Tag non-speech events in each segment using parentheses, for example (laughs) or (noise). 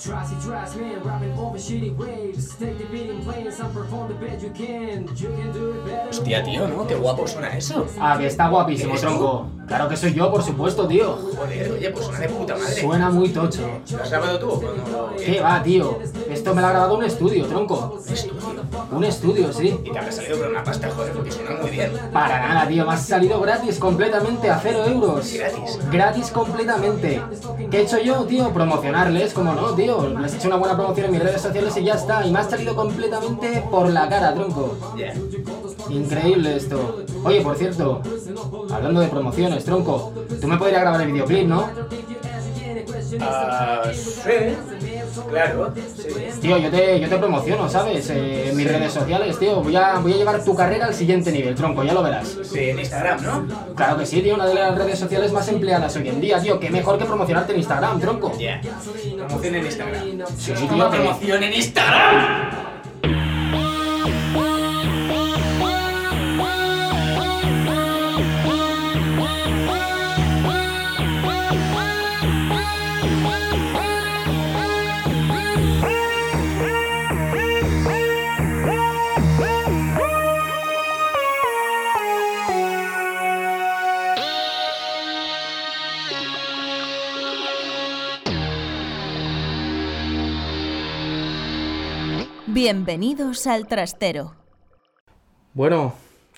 Trashy trash man, rapping over shitty waves. Take the beat and play and some perform the best you can. You can do it better. Hostia, tío, ¿no? Qué guapo suena eso. Ah, que está guapísimo, ¿Eres tú? tronco. Claro que soy yo, por supuesto, tío. Joder, oye, pues suena de puta madre. Suena muy tocho. ¿Lo has grabado tú o cuando...? ¿Qué va, tío? Esto me lo ha grabado un estudio, tronco. Un estudio, sí. Y te habrá salido por una pasta, joder, porque suena muy bien. Para nada, tío. Me has salido gratis, completamente a cero euros. Gratis. Gratis completamente. ¿Qué he hecho yo, tío? Promocionarles, como no, tío. Les he hecho una buena promoción en mis redes sociales y ya está. Y me has salido completamente por la cara, tronco. Ya. Increíble esto. Oye, por cierto, hablando de promociones, tronco, tú me podrías grabar el videoclip, ¿no? Ah, sí. Claro, sí. Tío, yo te, yo te promociono, ¿sabes? Eh, en mis redes sociales, tío. Voy a, voy a llevar tu carrera al siguiente nivel, tronco, ya lo verás. Sí, en Instagram, ¿no? Claro que sí, tío, una de las redes sociales más empleadas hoy en día, tío. Qué mejor que promocionarte en Instagram, tronco. Ya. Promoción en Instagram. Sí, sí, Toma tío, que- promoción en Instagram! Bienvenidos al trastero. Bueno,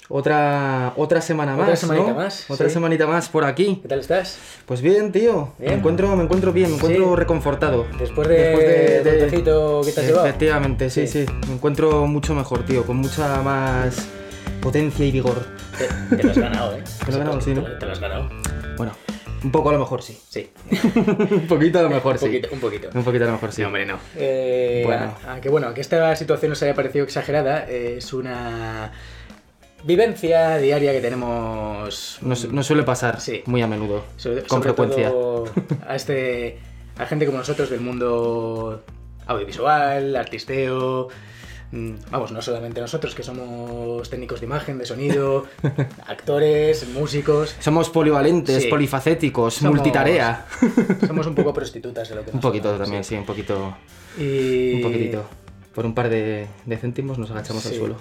otra, otra semana más. Otra semanita ¿no? más, Otra sí. semanita más por aquí. ¿Qué tal estás? Pues bien, tío. Me, Bien. encuentro, me encuentro bien, me encuentro Sí. reconfortado. Después de- del tontejito que te has llevado. Efectivamente, sí, sí, Sí. Me encuentro mucho mejor, tío. Con mucha más potencia y vigor. Te, te lo has ganado, ¿eh? lo he ganado, sí, ¿no? Te, lo has ganado. Bueno, un poco a lo mejor sí. Sí. (laughs) un poquito a lo mejor Un sí. poquito. Un poquito. Un poquito a lo mejor sí. hombre, no. Eh, Bueno. Aunque bueno, que esta situación nos haya parecido exagerada, eh, es una vivencia diaria que tenemos. Nos, nos suele pasar Sí. muy a menudo. sobre- con sobre frecuencia. todo (laughs) a este. A gente como nosotros del mundo audiovisual, artisteo. mm, Vamos, no solamente nosotros, que somos técnicos de imagen, de (laughs) sonido, actores, músicos. Somos polivalentes, Sí. polifacéticos, Somos- multitarea. Somos un poco prostitutas de lo que Un nos poquito llamamos, también, sí, un poquito. Y... Un poquitito. Por un par de, de céntimos nos agachamos al Sí. suelo.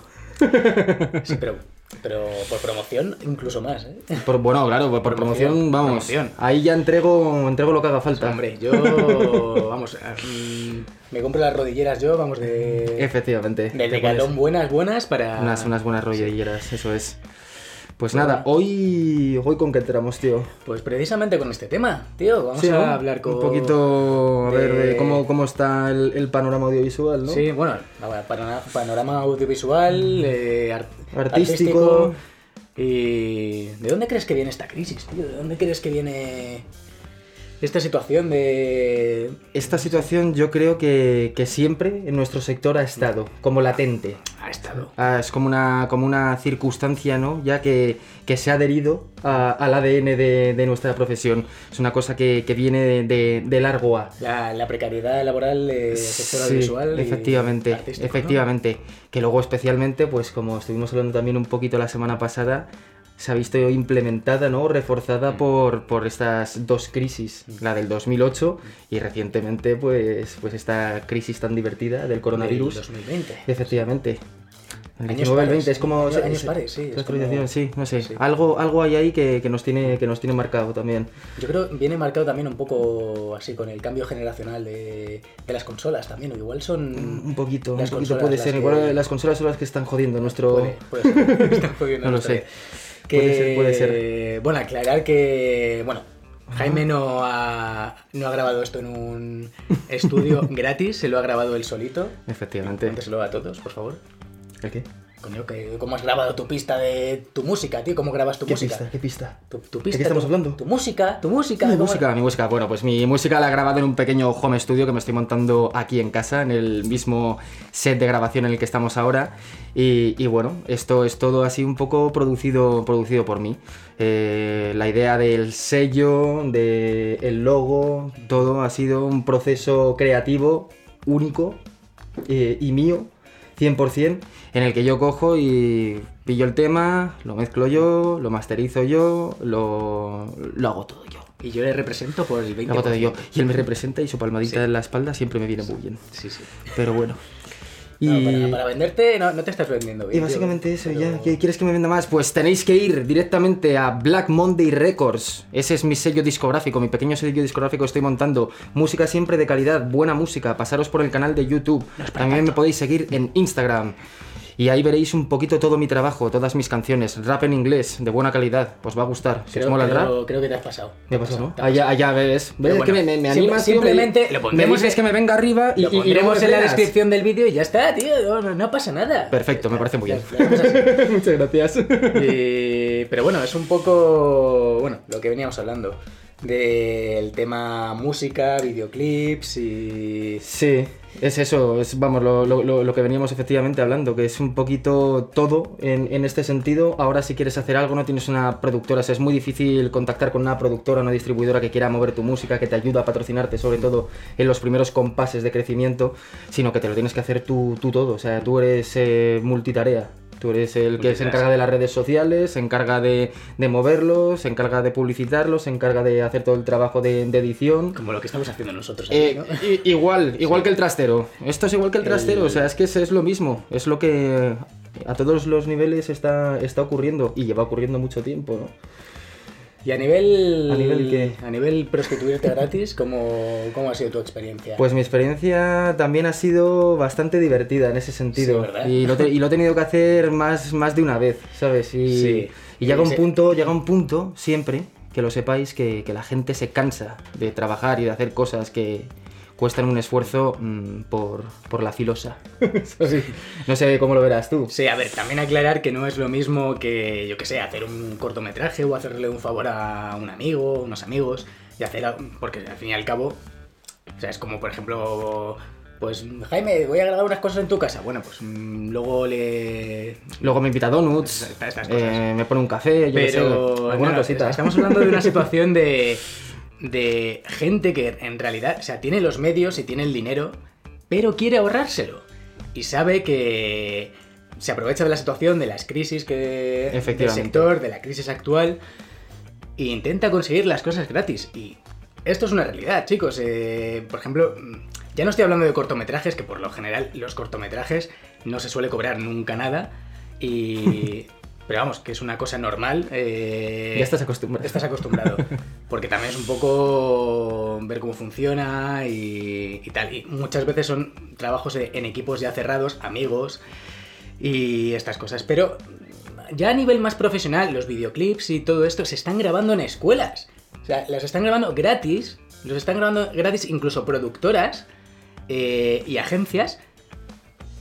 Sí, pero, pero por promoción incluso más, ¿eh? Por- bueno, claro, por, por promoción, Promoción, vamos. promoción. Ahí ya entrego, entrego lo que haga falta. Hombre, yo... (laughs) Vamos, mm, me compro las rodilleras yo, vamos, de... Efectivamente. Del te pones regalón buenas, buenas para... unas, unas buenas rodilleras, eso es. Pues nada, hoy, hoy con qué entramos, tío. Pues precisamente con este tema, tío. Vamos Sí, a ¿no? hablar con... Un poquito, a ver, de- de cómo, cómo está el, el panorama audiovisual, ¿no? Sí, bueno, ahora, pana- panorama audiovisual, eh, ar- Artístico. artístico. Y... ¿De dónde crees que viene esta crisis, tío? ¿De dónde crees que viene esta situación de... Esta situación yo creo que, que siempre en nuestro sector ha estado, como latente. Ha estado. Ah, es como una, como una circunstancia, ¿no? Ya que, que se ha adherido a- al ADN de, de nuestra profesión. Es una cosa que, que viene de, de- de largo a. La, la precariedad laboral del sector Sí, audiovisual. y efectivamente, artístico, ¿no? efectivamente. Que luego especialmente, pues como estuvimos hablando también un poquito la semana pasada, se ha visto implementada, ¿no? Mm. Reforzada por, por estas dos crisis, la del 2008 y recientemente, pues, pues esta crisis tan divertida del Del coronavirus. 2020. Efectivamente. El Años 19 al pares, 20, es como... años- sí, años sí, pares, sí, es la actualización, como- sí, no sé. sí. Algo, algo hay ahí que, que nos tiene, que nos tiene marcado también. Yo creo que viene marcado también un poco así con el cambio generacional de, de las consolas también. o Igual son. Un poquito, Mm. las un poquito consolas puede las ser. que- Igual las consolas son las que están jodiendo nuestro... Puede, puede ser. (laughs) Están jodiendo No lo nuestra sé. vida. Puede ser, Que, puede Bueno, aclarar que. Bueno. Jaime no ha, no ha grabado esto en un (laughs) estudio gratis, se lo ha grabado él solito. Efectivamente. Cuéntaselo a todos, por favor. ¿El qué? Coño, que- ¿cómo has grabado tu pista de tu música, tío? ¿Cómo grabas tu ¿Qué música? pista? ¿Qué pista? Tu, tu qué pista, estamos tu- hablando? Tu música, tu música. Mi ¿cómo- música, mi música. Bueno, pues mi música la he grabado en un pequeño home studio que me estoy montando aquí en casa, en el mismo set de grabación en el que estamos ahora. Y, y bueno, esto es todo así un poco producido, producido por mí. Eh, la idea del sello, del logo, todo ha sido un proceso creativo único eh, y mío, 100%, en el que yo cojo y pillo el tema, lo mezclo yo, lo masterizo yo, lo, lo hago todo yo. Y yo le represento por el 20%. La gota de yo. Y él me representa y su palmadita Sí. en la espalda siempre me viene muy bien. Sí, sí. Pero bueno. Y, No, para, para venderte no, no te estás vendiendo y bien. básicamente tío, eso, pero- ya. ¿Qué- ¿Quieres que me venda más? Pues tenéis que ir directamente a Black Monday Records. Ese es mi sello discográfico, mi pequeño sello discográfico. Estoy montando música siempre de calidad, buena música. Pasaros por el canal de YouTube. También me podéis seguir en Instagram. Y ahí veréis un poquito todo mi trabajo, todas mis canciones, rap en inglés, de buena calidad. Os va a gustar. Si os Creo, mola el rap. creo, creo que te has pasado. ¿Qué pasó, no? Te has Allá, allá ves. ¿Ves? Pero Es que me, bueno, me, me simple- animas, tío, me- simplemente lo me pondremos dices en- que me venga arriba (laughs) y, Lo y- y luego pondremos me en la frenas. descripción del vídeo y ya está, tío. No, no pasa nada. Perfecto, me parece muy Ya- bien. ya vamos así. Muchas gracias. Y- pero bueno, es un poco bueno lo que veníamos hablando del tema música, videoclips y Sí, es eso, es vamos, lo, lo- lo- lo que veníamos efectivamente hablando, que es un poquito todo en, en este sentido. Ahora si quieres hacer algo no tienes una productora, o sea, es muy difícil contactar con una productora, una distribuidora que quiera mover tu música, que te ayude a patrocinarte, sobre todo en los primeros compases de crecimiento, sino que te lo tienes que hacer tú, tú todo, o sea, tú eres eh, multitarea. Tú eres el que se Multitarea, encarga de las redes sociales, se encarga de, de moverlos, se encarga de publicitarlos, se encarga de hacer todo el trabajo de, de edición. como lo que estamos haciendo nosotros. aquí, Eh, ¿no? Eh, (laughs) i- igual, igual que el trastero. Esto es igual que el El- trastero, o sea, es que es, es lo mismo. Es lo que a todos los niveles está, está ocurriendo y lleva ocurriendo mucho tiempo, ¿no? Y a nivel ¿A nivel qué? a nivel prostituirte gratis, ¿cómo, cómo ha sido tu experiencia? Pues mi experiencia también ha sido bastante divertida en ese sentido. Sí, ¿verdad? y, lo te- y lo he tenido que hacer más, más de una vez, ¿sabes? Y, Sí. y llega un Ese- punto, llega un punto, siempre, que lo sepáis, que, que la gente se cansa de trabajar y de hacer cosas que cuestan un esfuerzo mm, por, por (laughs) la filosa. ¿sabes? No sé cómo lo verás tú. Sí, a ver, también aclarar que no es lo mismo que, yo que sé, hacer un cortometraje o hacerle un favor a un amigo, unos amigos, y hacer, a- porque al fin y al cabo, o sea, es como, por ejemplo, pues, Jaime, voy a grabar unas cosas en tu casa. Bueno, pues mm, luego le... Luego me invita a donuts, Estas- estas cosas. eh, me pone un café, yo qué sé, Pero... alguna no, cosita. Estamos hablando de una situación de, de gente que en realidad, o sea, tiene los medios y tiene el dinero, pero quiere ahorrárselo. Y sabe que se aprovecha de la situación, de las crisis que, del Efectivamente. sector, de la crisis actual, e intenta conseguir las cosas gratis. Y esto es una realidad, chicos. Eh, por ejemplo, mm, ya no estoy hablando de cortometrajes, que por lo general los cortometrajes no se suele cobrar nunca nada. (laughs) Y... Pero vamos, que es una cosa normal. eh, (laughs) Ya estás acostumbrado. Estás acostumbrado. Porque también es un poco ver cómo funciona y, y tal. Y muchas veces son trabajos de- en equipos ya cerrados, amigos y estas cosas. Pero ya a nivel más profesional, los videoclips y todo esto se están grabando en escuelas. O sea, las están grabando gratis. Los están grabando gratis incluso productoras eh, y agencias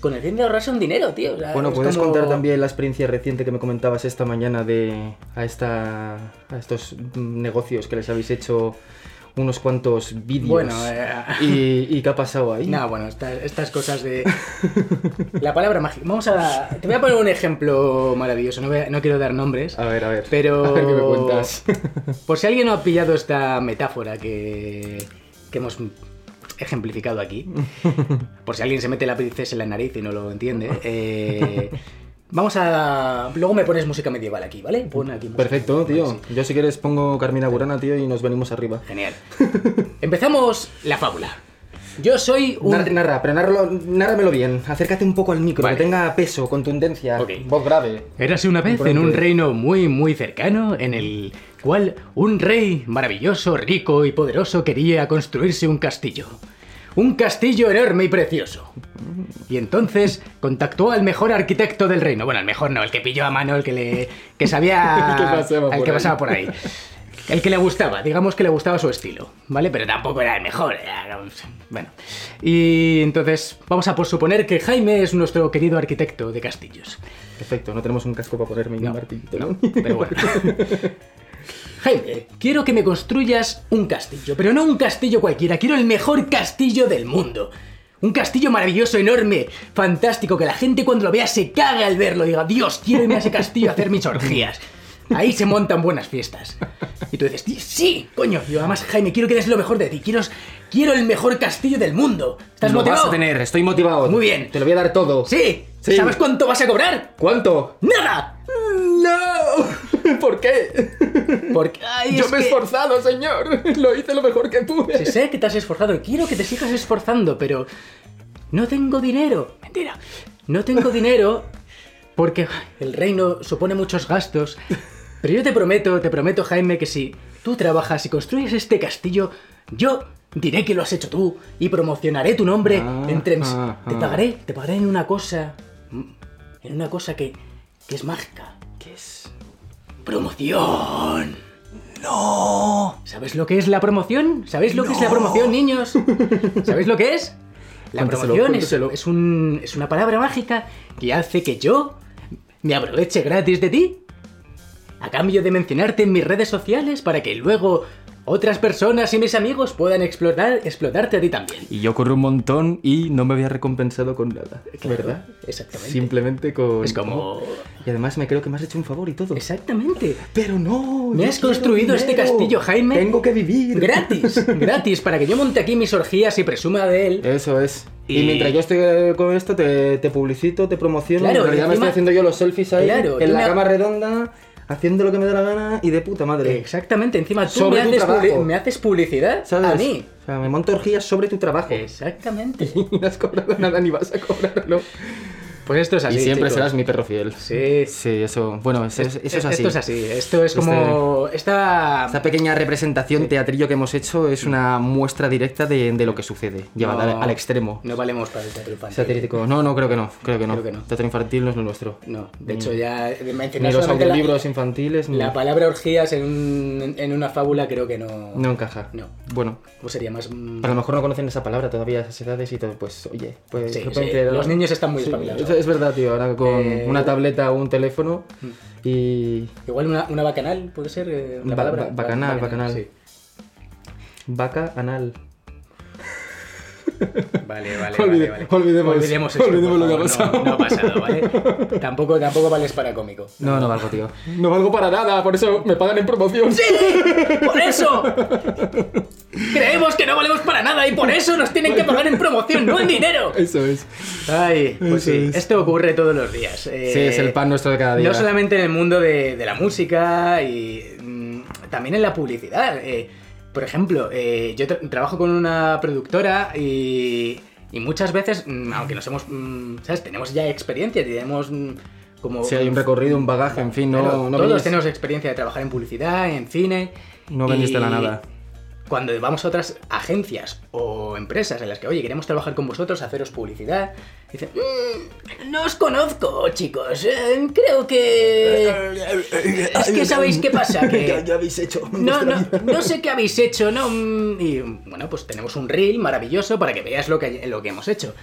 con el fin de ahorrarse un dinero, tío. O sea, Bueno, es puedes como- contar también la experiencia reciente que me comentabas esta mañana de a, esta, a estos mm, negocios que les habéis hecho unos cuantos vídeos. Bueno, eh, ¿Y, y qué ha pasado ahí? No, bueno, esta- estas cosas de. La palabra mágica. Vamos a. Te voy a poner un ejemplo maravilloso. No, voy a- no quiero dar nombres. A ver, a ver. Pero- (laughs) A ver qué (laughs) me cuentas. Por si alguien no ha pillado esta metáfora que, que hemos ejemplificado aquí, por si alguien se mete la princesa en la nariz y no lo entiende, eh, vamos a. Luego me pones música medieval aquí, ¿vale? Pon aquí música Perfecto, medieval, tío. Pues sí. Yo si quieres pongo Carmina Burana, tío, y nos venimos arriba. Genial. Empezamos la fábula. Yo soy un. Nar- narra, pero narralo- nárramelo bien. Acércate un poco al micro, Vale. que tenga peso, contundencia, Ok. voz grave. Érase una vez en un Importante. reino muy muy cercano en el cual un rey maravilloso, rico y poderoso quería construirse un castillo. Un castillo enorme y precioso. Y entonces contactó al mejor arquitecto del reino. Bueno, el mejor no, el que pilló a mano, el que le que sabía (laughs) El que pasaba al por que ahí. pasaba por ahí. El que le gustaba, digamos que le gustaba su estilo, ¿vale? Pero tampoco era el mejor. era un- Bueno. Y entonces vamos a por suponer que Jaime es nuestro querido arquitecto de castillos. Perfecto, no tenemos un casco para ponerme y un martillito, ¿no? Pero (laughs) bueno. (laughs) Jaime, quiero que me construyas un castillo, pero no un castillo cualquiera, quiero el mejor castillo del mundo. Un castillo maravilloso, enorme, fantástico, que la gente cuando lo vea se caga al verlo, diga, Dios, quiero irme a ese castillo a hacer mis orgías. Ahí se montan buenas fiestas. Y tú dices, "Tío, sí, coño. Y yo, además, Jaime, quiero que des lo mejor de ti. Quiero, quiero el mejor castillo del mundo. ¿Estás Lo motivado? vas a tener, estoy motivado. Muy bien. Te lo voy a dar todo. Sí. Sí. (laughs) ¿Sabes cuánto vas a cobrar? ¿Cuánto? ¡Nada! ¡No! (laughs) ¿Por qué? Porque Ay, Yo es me he que- esforzado, señor. (laughs) Lo hice lo mejor que pude. Sí, sé que te has esforzado y quiero que te sigas esforzando, pero no tengo dinero. Mentira. No tengo dinero porque ay, el reino supone muchos gastos. Pero yo te prometo, te prometo, Jaime, que si tú trabajas y construyes este castillo, yo diré que lo has hecho tú y promocionaré tu nombre Ah, en Trems. ah, Te ah. pagaré, te pagaré en una cosa. En una cosa que, que es mágica. ¿Qué es? ¡Promoción! ¡No! ¿Sabéis lo que es la promoción? ¿Sabéis lo que es la promoción, niños? ¿Sabéis lo que es? La Cuéntaselo, promoción es, cuéntaselo. es un- es una palabra mágica que hace que yo me aproveche gratis de ti. A cambio de mencionarte en mis redes sociales para que luego otras personas y mis amigos puedan explotar, explotarte a ti también. Y yo corrí un montón y no me había recompensado con nada. ¿Verdad? Exactamente. Simplemente con. Es como... Y además me creo que me has hecho un favor y todo. Exactamente. Pero no. Me yo has quiero construido este castillo, Jaime. Tengo que vivir. Gratis, gratis, para que yo monte aquí mis orgías y presuma de él. Eso es. Y, Y- mientras yo estoy eh, con esto, te, te publicito, te promociono. Claro, en realidad y me estoy encima- haciendo yo los selfies ahí Claro, en yo la me- cama redonda, haciendo lo que me da la gana y de puta madre. Exactamente, encima tú me Sobre tu haces, trabajo. publi- me haces publicidad ¿Sabes? a mí. O sea, me monto orgías sobre tu trabajo. Exactamente. Y (laughs) no has cobrado nada ni vas a cobrarlo. Pues esto es así. y siempre chicos. serás mi perro fiel. Sí, Sí, eso. Bueno, eso, es- eso es así. Este Esto es así. Esto es como. Esta. Esta pequeña representación, teatrillo que hemos hecho es una muestra directa de, de lo que sucede, llevada al, No. al extremo. No valemos para el teatro infantil. Satírico. No, no, creo que no. Creo que no. Creo que no. Teatro infantil no es lo nuestro. No, de hecho ya. Mm. Ni mencionar los solamente la- audiolibros infantiles. ni- La palabra orgías en, un- en una fábula creo que no. No encaja. No. Bueno, ¿Cómo sería más.? mm, a lo mejor no conocen esa palabra todavía a esas edades y todo. Pues, oye, pues Sí, no pueden sí, creer ahora. los niños están muy Sí, espabilados. eso es verdad, tío. Ahora con Eh, mm. una tableta o un teléfono y. Igual una, una bacanal, puede ser. eh, La Ba- palabra. ba- bacanal, Ba- bacanal. sí. Vaca anal. Vale, vale, Olvide- vale, vale. olvidemos- Olvidemos eso, olvidemos por lo que favor, ha No, no ha pasado, (laughs) ¿vale? tampoco, tampoco vales para cómico. No, no valgo, (laughs) tío. No valgo para nada, por eso me pagan en promoción. ¡Por eso! Creemos que no valemos para nada y por eso nos tienen que pagar en promoción, no en dinero. Eso es. Ay, pues Eso sí, es. esto ocurre todos los días. Eh, Sí, es el pan nuestro de cada día. No solamente en el mundo de, de la música y mm, también en la publicidad. Eh, por ejemplo, eh, yo tra- trabajo con una productora y, y muchas veces, mm, aunque nos hemos, mm, ¿sabes? Tenemos ya experiencia, tenemos mm, como... Sí, hay un recorrido, un bagaje, en fin, no, Claro, no todos venís- tenemos experiencia de trabajar en publicidad, en cine. No venís de la y nada. Cuando vamos a otras agencias o empresas en las que, oye, queremos trabajar con vosotros, haceros publicidad, dicen, "Mm, no os conozco, chicos. eh, creo que. Es que sabéis qué pasa, que. habéis hecho? No, no, no sé qué habéis hecho, ¿no? Mm, Y bueno, pues tenemos un reel maravilloso para que veas lo que, lo que hemos hecho.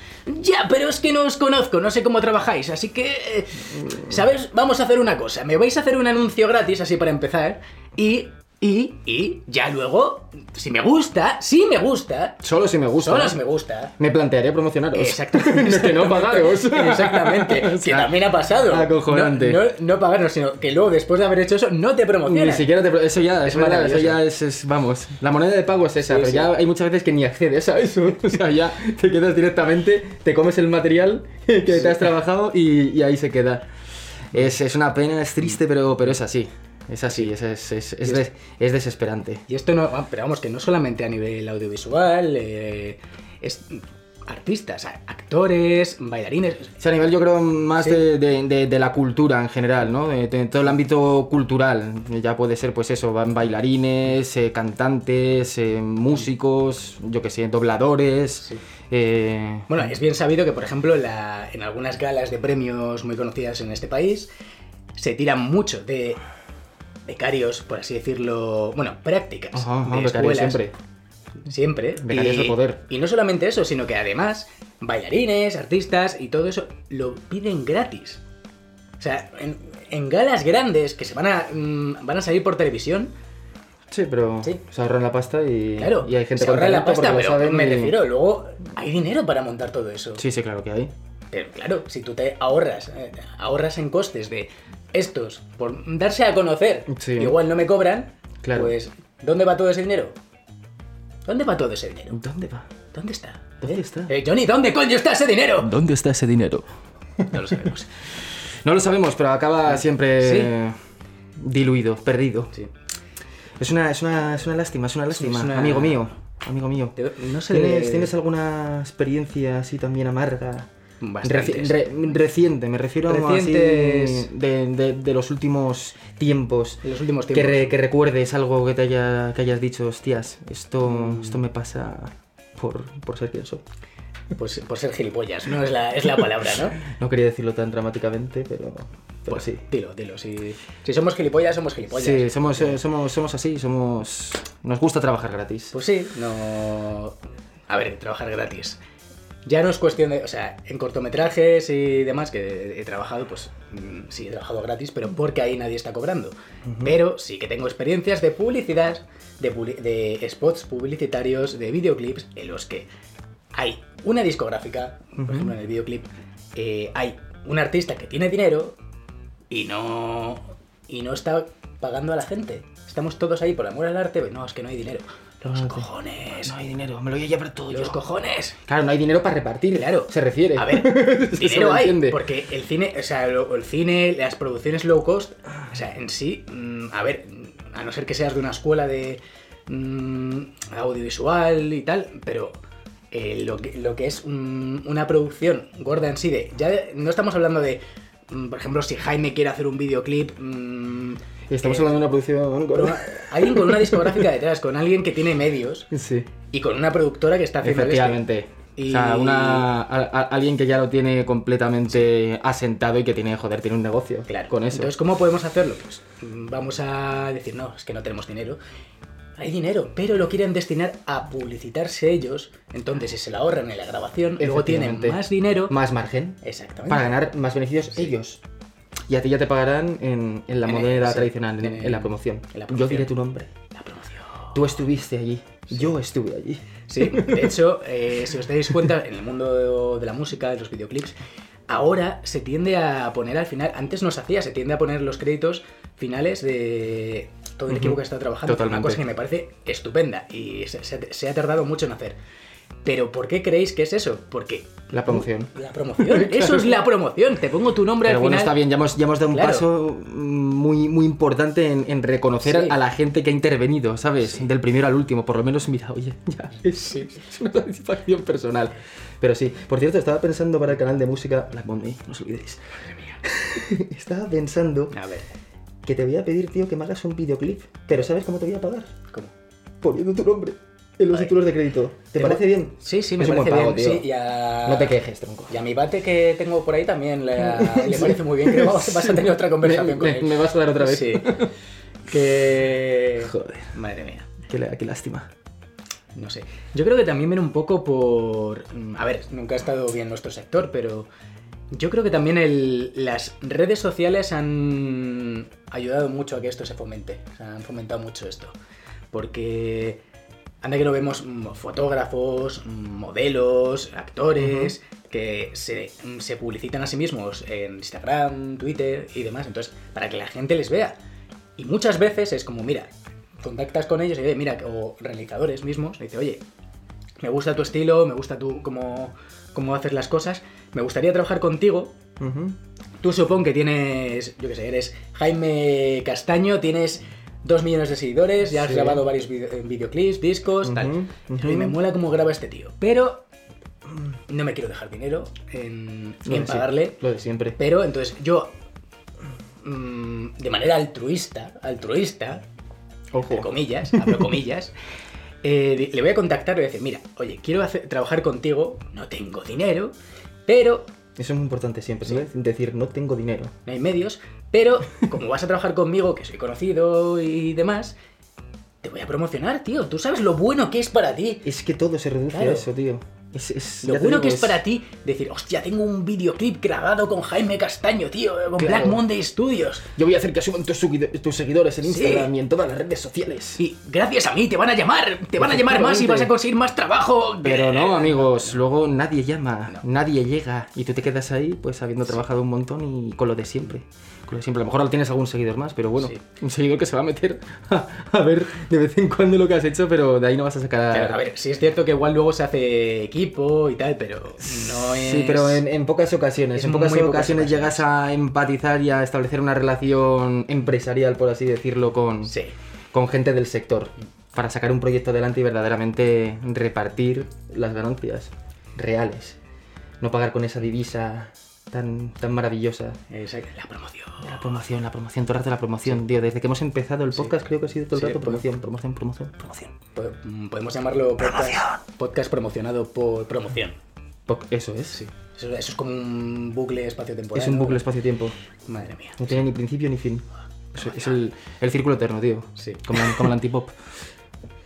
Ya, pero es que no os conozco, no sé cómo trabajáis, así que... eh, ¿Sabes? Vamos a hacer una cosa. Me vais a hacer un anuncio gratis, así para empezar, y... Y, y ya luego, si me gusta, si me gusta, Solo si me gusta. solo si me gusta, Me plantearía promocionaros. Exactamente. (laughs) que no pagaros. Exactamente. (laughs) O que sea, también ha pasado. acojonante. No, no, no pagarnos, sino que luego, después de haber hecho eso, no te promocionan. Ni siquiera te. pro- Eso ya, es Es verdad, eso maravilloso. ya es, es- Vamos. La moneda de pago es esa, Sí, pero sí. ya hay muchas veces que ni accedes a eso. (laughs) O sea, ya te quedas directamente, te comes el material (laughs) que te has trabajado y, y ahí se queda. Es, es una pena, es triste, pero, pero es así. Es así, es, es, es, es des- es desesperante. Y esto no, ah, pero vamos, que no solamente a nivel audiovisual, eh, es artistas, a- actores, bailarines. O sea, a nivel yo creo más Sí. de, de- de- de la cultura en general, ¿no? De, de todo el ámbito cultural. Ya puede ser pues eso, van bailarines, eh, cantantes, eh, músicos, yo que sé, dobladores. eh, Bueno, es bien sabido que, por ejemplo, la- en algunas galas de premios muy conocidas en este país, se tiran mucho de becarios, por así decirlo, bueno, prácticas ajá, ajá, de becarios escuelas, siempre. Siempre. Becarios y, al poder. Y no solamente eso, sino que además bailarines, artistas y todo eso lo piden gratis. O sea, en, en galas grandes que se van a, mm, van a salir por televisión, Sí, pero Sí. se ahorran la pasta y, claro, y hay gente se ahorra la contenta porque pasta, lo pero saben me y- refiero, luego hay dinero para montar todo eso. Sí, sí, claro que hay. Pero claro, si tú te ahorras, eh, ahorras en costes de estos por darse a conocer, Sí. igual no me cobran, Claro. pues ¿dónde va todo ese dinero? ¿Dónde va todo ese dinero? ¿Dónde va? ¿Dónde está? ¿Dónde está? Eh, Johnny, ¿dónde coño está ese dinero? ¿Dónde está ese dinero? (laughs) No lo sabemos. No lo sabemos, pero acaba siempre... Sí. diluido, perdido. Sí. Es una, es una, es una lástima, es una lástima, una- amigo mío, amigo mío. Te- No sé. ¿Tienes, tienes alguna experiencia así también amarga? Bastantes. Reci- re- reciente, me refiero Recientes. a así de, de- de los últimos tiempos. En los últimos Que, tiempos. re- que recuerdes algo que te haya, que hayas dicho, hostias, esto, esto me pasa por, por ser quien soy. Pues por ser gilipollas, ¿no? Es la, es la palabra, (laughs) ¿no? No quería decirlo tan dramáticamente, pero, pero sí. Dilo, dilo. Si, si somos gilipollas, somos gilipollas. Sí, somos, eh, somos, somos así, somos. Nos gusta trabajar gratis. Pues sí, no. A ver, trabajar gratis. Ya no es cuestión de. O sea, en cortometrajes y demás que he trabajado, pues mm, sí he trabajado gratis, pero porque ahí nadie está cobrando. Pero sí que tengo experiencias de publicidad, de, publi- de spots publicitarios, de videoclips, en los que hay una discográfica, por ejemplo en el videoclip, eh, hay un artista que tiene dinero y no y no está pagando a la gente. Estamos todos ahí por amor al arte, pero no, es que no hay dinero. Los Ah, sí. cojones. hay dinero, me lo voy a llevar todo Los cojones. Claro, no hay dinero para repartir, Claro. Se refiere. A ver, (laughs) Se dinero hay, sobreentiende. porque el cine, o sea, lo- el cine, las producciones low cost, o sea, en sí, mm, a ver, a no ser que seas de una escuela de mm, audiovisual y tal, pero eh, lo, que, lo que es mm, una producción gorda en sí de, ya de- no estamos hablando de, mm, por ejemplo, si Jaime quiere hacer un videoclip, mm, Estamos eh, hablando de una producción. con una- alguien con una discográfica detrás, con alguien que tiene medios Sí. y con una productora que está haciendo el este. Efectivamente. Y- O sea, una, a- a- alguien que ya lo tiene completamente asentado y que tiene, joder, tiene un negocio Claro. con eso. Entonces, ¿cómo podemos hacerlo? Pues mm, vamos a decir, no, es que no tenemos dinero. Hay dinero, pero lo quieren destinar a publicitarse ellos. Entonces, si se la ahorran en la grabación, luego tienen Efectivamente. más dinero. Más margen Exactamente. para ganar más beneficios ellos. Y a ti ya te pagarán en, en la En el- moneda sí, tradicional, en, en el- en la promoción. en la Yo promoción. diré tu nombre. La promoción. Tú estuviste allí. Yo estuve allí. Sí, de hecho, eh, si os dais cuenta, en el mundo de la música, de los videoclips, ahora se tiende a poner al final, antes no se hacía, se tiende a poner los créditos finales de todo el equipo que está trabajando. Totalmente. Una cosa que me parece estupenda y se, se- se ha tardado mucho en hacer. Pero ¿por qué creéis que es eso? Porque La promoción. la (laughs) promoción, eso es la promoción, te pongo tu nombre Pero al bueno, final. está bien, ya hemos, ya hemos dado un Claro. paso mm, muy, muy importante en, en reconocer Sí. a la gente que ha intervenido, ¿sabes? Del primero al último, por lo menos, mira, oye, (laughs) ya es, es una satisfacción personal. Pero sí, por cierto, estaba pensando para el canal de música Black Monday, no os olvidéis. (laughs) estaba pensando A ver, que te voy a pedir, tío, que me hagas un videoclip, pero ¿sabes cómo te voy a pagar? ¿cómo? Poniendo tu nombre en los Vale. títulos de crédito. ¿Te, Tengo- parece bien? Sí, sí, me Es un parece buen pago, bien. tío. sí, y a- No te quejes, tronco. Y a mi bate que tengo por ahí también (laughs) le, le parece muy bien. Creo que vas vas a tener otra conversación Me- con me- él. me vas a dar otra vez. (laughs) Sí. Que. Joder, Madre mía. qué, la- qué lástima. No sé. Yo creo que también viene un poco por. mm, A ver, nunca ha estado bien nuestro sector, pero. Yo creo que también el- las redes sociales han ayudado mucho a que esto se fomente. O sea, han fomentado mucho esto. Porque. Anda que lo vemos mm, fotógrafos, mm, modelos, actores, que se, mm, se publicitan a sí mismos en Instagram, Twitter y demás. Entonces, para que la gente les vea. Y muchas veces es como, mira, contactas con ellos y oye, mira, o realizadores mismos, y dice, oye, me gusta tu estilo, me gusta tu cómo, cómo haces las cosas, me gustaría trabajar contigo. Ujú. Tú supón que tienes, yo qué sé, eres Jaime Castaño, tienes dos millones de seguidores, ya has Sí. grabado varios vide- eh, videoclips, discos, tal. Ujú, ujú. Y me mola cómo graba este tío. Pero no me quiero dejar dinero en, Lo en de sie- pagarle. Lo de siempre. Pero entonces yo, mm, de manera altruista, altruista, entre Ojo. comillas, hablo (laughs) comillas, eh, di- le voy a contactar y le voy a decir, mira, oye, quiero hacer- trabajar contigo, no tengo dinero, pero, Eso es muy importante siempre, ¿sabes? Decir, no tengo dinero. no hay medios, pero como vas a trabajar conmigo, que soy conocido y demás, te voy a promocionar, tío, tú sabes lo bueno que es para ti. Es que todo se reduce Claro. a eso, tío. Es, es, Lo ya te bueno digo, que es para ti decir, hostia, tengo un videoclip grabado con Jaime Castaño, tío, con Claro. Black Monday Studios. Yo voy a hacer que suban tus, seguido- tus seguidores en Sí. Instagram y en todas las redes sociales. Y gracias a mí te van a llamar, te van a llamar más y vas a conseguir más trabajo. Pero no, amigos, luego nadie llama, nadie llega y tú te quedas ahí pues habiendo trabajado un montón y con lo de siempre. Creo que Siempre, a lo mejor ahora tienes algún seguidor más, pero bueno, Sí. un seguidor que se va a meter (laughs) a, a ver de vez en cuando lo que has hecho, pero de ahí no vas a sacar. Claro, a ver, sí es cierto que igual luego se hace equipo y tal, pero no es. Sí, pero en, en pocas ocasiones. es En pocas muy ocasiones, pocas ocasiones. llegas a empatizar y a establecer una relación empresarial, por así decirlo, con, Sí. con gente del sector. Para sacar un proyecto adelante y verdaderamente repartir las ganancias reales. No pagar con esa divisa tan, tan maravillosa. Esa- la promoción. La promoción, la promoción, todo el rato la promoción, tío. Desde que hemos empezado el Sí. podcast creo que ha sido todo el Sí, rato bueno. promoción, promoción, promoción, promoción. Po- mm, Podemos llamarlo podcast, podcast promocionado por promoción. Poc- Eso es. Sí. Eso, eso es como un bucle espacio-temporal. es un bucle espacio-tiempo. Madre mía. No tiene ni principio ni fin. Es, es el, el círculo eterno, tío. Sí. Como, la- como (laughs) el antipop.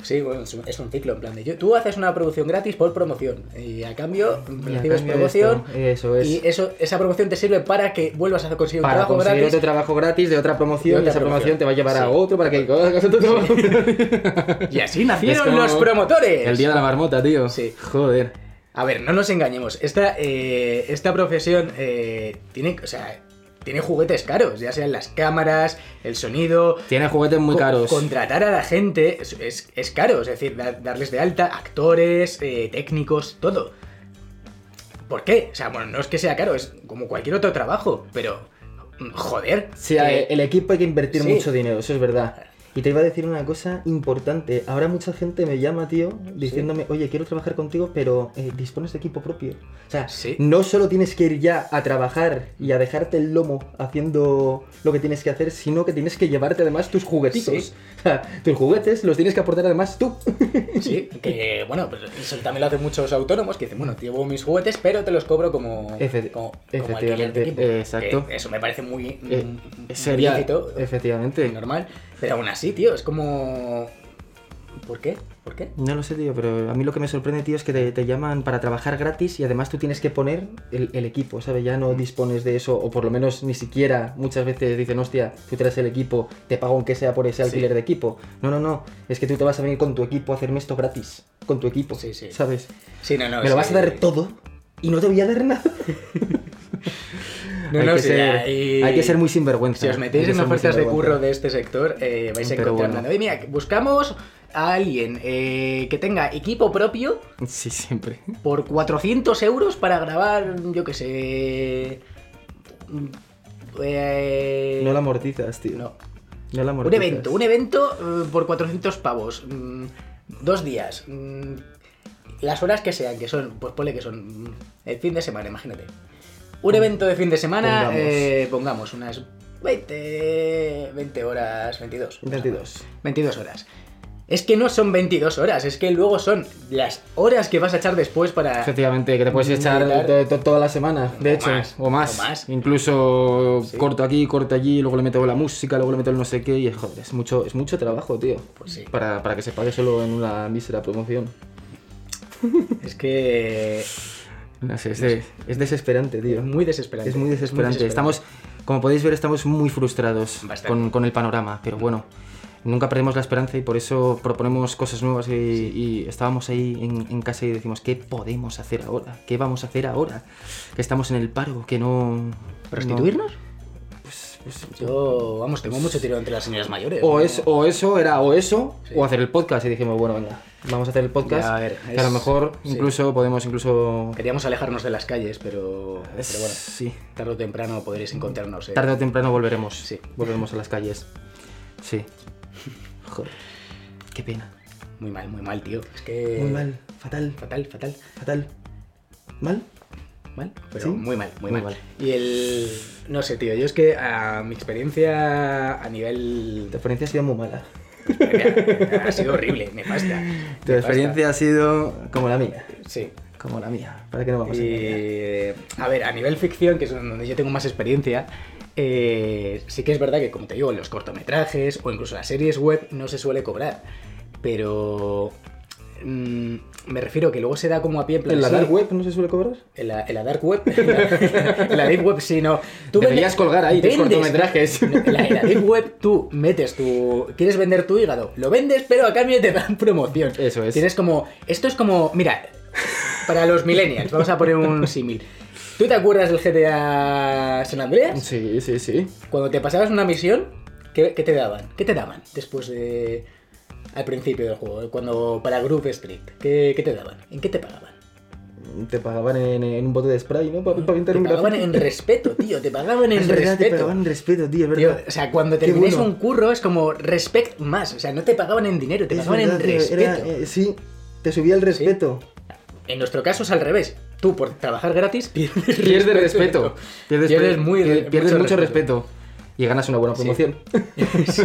Sí, bueno, es un, es un ciclo, en plan de yo- tú haces una producción gratis por promoción y a cambio Y a recibes cambio de promoción esto, eso es. y eso, esa promoción te sirve para que vuelvas a conseguir un Para trabajo conseguir gratis. otro trabajo gratis de otra promoción, De otra y esa promoción. promoción te va a llevar a Sí. otro para que (laughs) hagas (laughs) otro trabajo. Y así (laughs) Es nacieron como los promotores. El día de la marmota, tío. Sí. Joder. A ver, no nos engañemos. Esta, eh, esta profesión eh, tiene, o sea, tiene juguetes caros, ya sean las cámaras, el sonido. Tiene juguetes muy co- caros. Contratar a la gente es, es- es caro, es decir, da- darles de alta, actores, eh, técnicos, todo. ¿Por qué? O sea, bueno, no es que sea caro, es como cualquier otro trabajo, pero. mm, Joder. Sí, que- eh, el equipo hay que invertir Sí. mucho dinero, eso es verdad. Y te iba a decir una cosa importante. Ahora mucha gente me llama, tío, diciéndome, oye, quiero trabajar contigo, pero eh, dispones de equipo propio. O sea, Sí. no solo tienes que ir ya a trabajar y a dejarte el lomo haciendo lo que tienes que hacer, sino que tienes que llevarte además tus juguetitos. Sí. O sea, tus juguetes los tienes que aportar además tú. Sí, que bueno, pues eso también lo hacen muchos autónomos que dicen, bueno, llevo mis juguetes, pero te los cobro como, Efe- como, como efectivamente, alquiler de equipo. eh, exacto. Que eso me parece muy, mm, Eh, muy sería, lícito, efectivamente. muy normal. Pero aún así, tío, es como. ¿Por qué? ¿Por qué? No lo sé, tío, pero a mí lo que me sorprende, tío, es que te, te llaman para trabajar gratis y además tú tienes que poner el, el equipo, ¿sabes? Ya Mm. no dispones de eso, o por lo menos ni siquiera muchas veces dicen, hostia, tú traes el equipo, te pago aunque sea por ese alquiler de equipo. No, no, no, es que tú te vas a venir con tu equipo a hacerme esto gratis, con tu equipo, Sí, sí. ¿sabes? Sí, no, no. me sí. lo vas a dar todo y no te voy a dar nada. No, (laughs) hay, no, que sí, ser, ahí- hay que ser muy sinvergüenza. Si os hay metéis que en ser muy ofertas de sinvergüenza. curro de este sector, eh, vais a Pero encontrar bueno. hablando, "Oye, mira, buscamos a alguien eh, que tenga equipo propio Sí, siempre. por 400 euros para grabar, yo qué sé. mm, eh, No la amortizas, tío. no. No la Un amortizas. evento, un evento eh, por 400 pavos. mm, Dos días. mm, Las horas que sean, que son, pues ponle que son mm, el fin de semana, imagínate. Un evento de fin de semana, Pongamos. eh, pongamos unas 20, 20 horas, 22. 22. 22 horas. Es que no son 22 horas, es que luego son las horas que vas a echar después para... Efectivamente, que te puedes echar Meditar. to- to- toda la semana, de O hecho, más, o, más. o más. Incluso Sí. corto aquí, corto allí, luego le meto la música, luego le meto el no sé qué, y joder, es mucho, es mucho trabajo, tío. Pues sí. Para, para que se pague solo en una mísera promoción. Es que... es No sé, es, de- es desesperante, tío. Muy desesperante. Es muy desesperante. Estamos, como podéis ver, estamos muy frustrados Bastante. con, con el panorama, pero bueno. Nunca perdemos la esperanza y por eso proponemos cosas nuevas y, y estábamos ahí en, en casa y decimos, ¿qué podemos hacer ahora? ¿Qué vamos a hacer ahora? Que estamos en el paro, que no... ¿Prostituirnos? no- pues- Yo, vamos, tengo mucho tiro entre las señoras mayores. o, ¿no? es, o eso era o eso Sí. o hacer el podcast y dijimos, bueno, venga, vamos a hacer el podcast. Ya, a ver, que a lo es- mejor sí. incluso podemos incluso... Queríamos alejarnos de las calles, pero, pero bueno, Sí. tarde o temprano podréis encontrarnos. ¿eh? Tarde o temprano volveremos. Sí. Volveremos a las calles. Sí. Joder. Qué pena. Muy mal, muy mal, tío. Es que. Muy mal. Fatal. Fatal, fatal, Fatal. ¿Mal? mal, pero Sí. muy mal, muy, Muy mal. mal. Y el. No sé, tío, yo es que a mi experiencia a nivel. (laughs) Tu experiencia ha sido muy mala. ha sido horrible, nefasta. Tu nefasta. experiencia ha sido como la mía. Sí. Como la mía. ¿Para qué no vamos a engañar? Y, Eh, a ver, a nivel ficción, que es donde yo tengo más experiencia, eh, sí que es verdad que, como te digo, en los cortometrajes o incluso las series web no se suele cobrar. Pero mm, me refiero que luego se da como a pie en plan, ¿En la sí, dark web no se suele cobrar? En la, en la dark web. (laughs) En la, en la deep web, sí, no. Tú Deberías colgar ahí tus cortometrajes. No, En la, en la deep web tú metes tu. Quieres vender tu hígado, lo vendes, pero a cambio te dan promoción. Eso es. Tienes como. Esto es como. Mira, para los millennials, vamos a poner un símil. ¿Tú te acuerdas del GTA San Andreas? Sí, sí, sí. Cuando te pasabas una misión, ¿qué, qué te daban? ¿Qué te daban después de. al principio del juego? Cuando. para Group Street, ¿qué, qué te daban? ¿En qué te pagaban? Te pagaban en, en un bote de spray, ¿no? Para pintar Te un pagaban grafiti. en respeto, tío, te pagaban en (laughs) Es verdad, te respeto. pagaban en respeto, tío, es Tío, verdad. o sea, cuando Qué termines bueno. un curro es como respect más. O sea, no te pagaban en dinero, te Es pagaban en verdad, tío, respeto. era- eh, sí, te subía el respeto. En nuestro caso es al revés. Tú por trabajar gratis pierdes, Pierdes respeto. Pierdes, Pierdes muy- pier- pierdes mucho mucho respeto. Y ganas una buena Sí. promoción. Sí.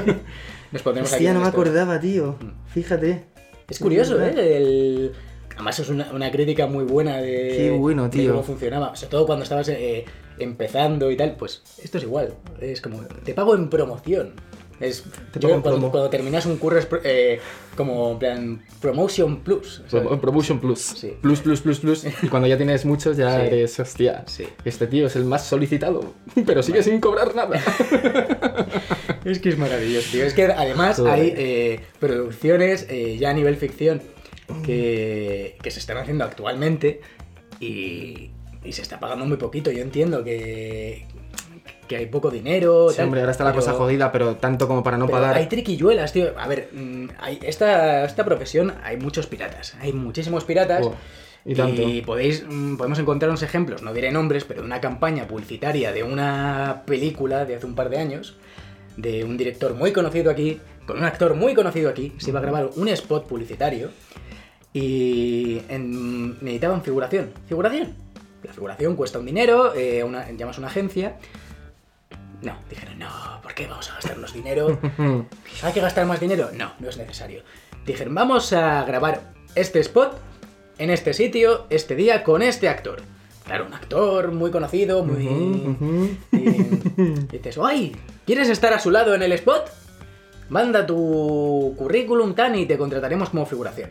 Nos pondremos aquí Mm. Hostia, con no me esto. acordaba, tío. Fíjate. Es curioso, ¿eh? El- Además es una, una crítica muy buena de, Qué bueno, de tío. cómo funcionaba. Sobre todo cuando estabas eh, empezando y tal. Pues esto es igual. Es como, te pago en promoción. Es, Te yo pago en cuando, promo. cuando terminas un curro es pro- eh, como en plan promotion plus. ¿sabes? Pro- Promotion Plus. Sí. Plus, plus, plus, plus. Y cuando ya tienes muchos, ya Sí. eres, hostia. Sí. Este tío es el más solicitado, pero sigue sin cobrar (laughs) nada. Es que es maravilloso, tío. Es que además Joder. hay eh, producciones eh, ya a nivel ficción que, que se están haciendo actualmente y, y se está pagando muy poquito. Yo entiendo que, que hay poco dinero. Sí, tal, hombre, ahora está la pero- cosa jodida, pero tanto como para no pero pagar. Hay triquilluelas, tío. A ver, mm, hay, esta, esta profesión hay muchos piratas. Hay muchísimos piratas. Buah, Oh, y tanto. (laughs) podéis, mm, podemos encontrar unos ejemplos, no diré nombres, pero de una campaña publicitaria de una película de hace un par de años, de un director muy conocido aquí, con un actor muy conocido aquí, se iba a grabar un spot publicitario y en- necesitaban figuración. ¿Figuración? La figuración cuesta un dinero, eh, una- llamas a una agencia. No, dijeron, no, ¿por qué vamos a gastarnos dinero? Mm. ¿Hay que gastar más dinero? No, no es necesario. Dijeron, vamos a grabar este spot en este sitio, este día, con este actor. Claro, un actor muy conocido, muy... Ujú. Y, y dices, ¡ay! ¿Quieres estar a su lado en el spot? Manda tu currículum, tan, y te contrataremos como figuración.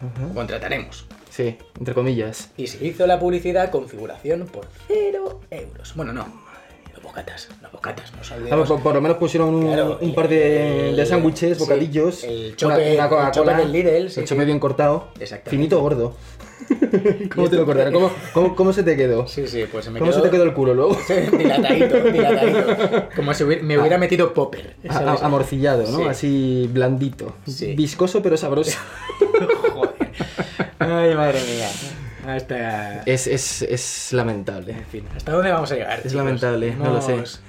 Ajá. O contrataremos. Sí, entre comillas. Y se hizo la publicidad con figuración por 0 euros. Bueno, no. No bocatas, no bocatas, no Ah, salvemos. pues por, por lo menos pusieron un, Claro, un el- par de, el- de sándwiches, sí, bocadillos, el chope- el Coca-Cola, chope del Lidl, sí, el chope sí. bien cortado, Exactamente. (laughs) finito gordo. ¿Cómo te esto- lo (laughs) cortaron? ¿Cómo, cómo, cómo se te quedó? Sí, sí, pues se me ¿Cómo se te quedó el culo luego? dilatadito, dilatadito. Como si hubiera- me Ah. hubiera metido popper. (laughs) A- a- ¿sabes? amorcillado, ¿no? Sí. Así blandito. Sí. Viscoso (laughs) pero sabroso. Joder. Ay, madre mía. Hasta. es, es, es lamentable. En fin, ¿hasta dónde vamos a llegar? Eh. Es lamentable, no lo sé. Hemos-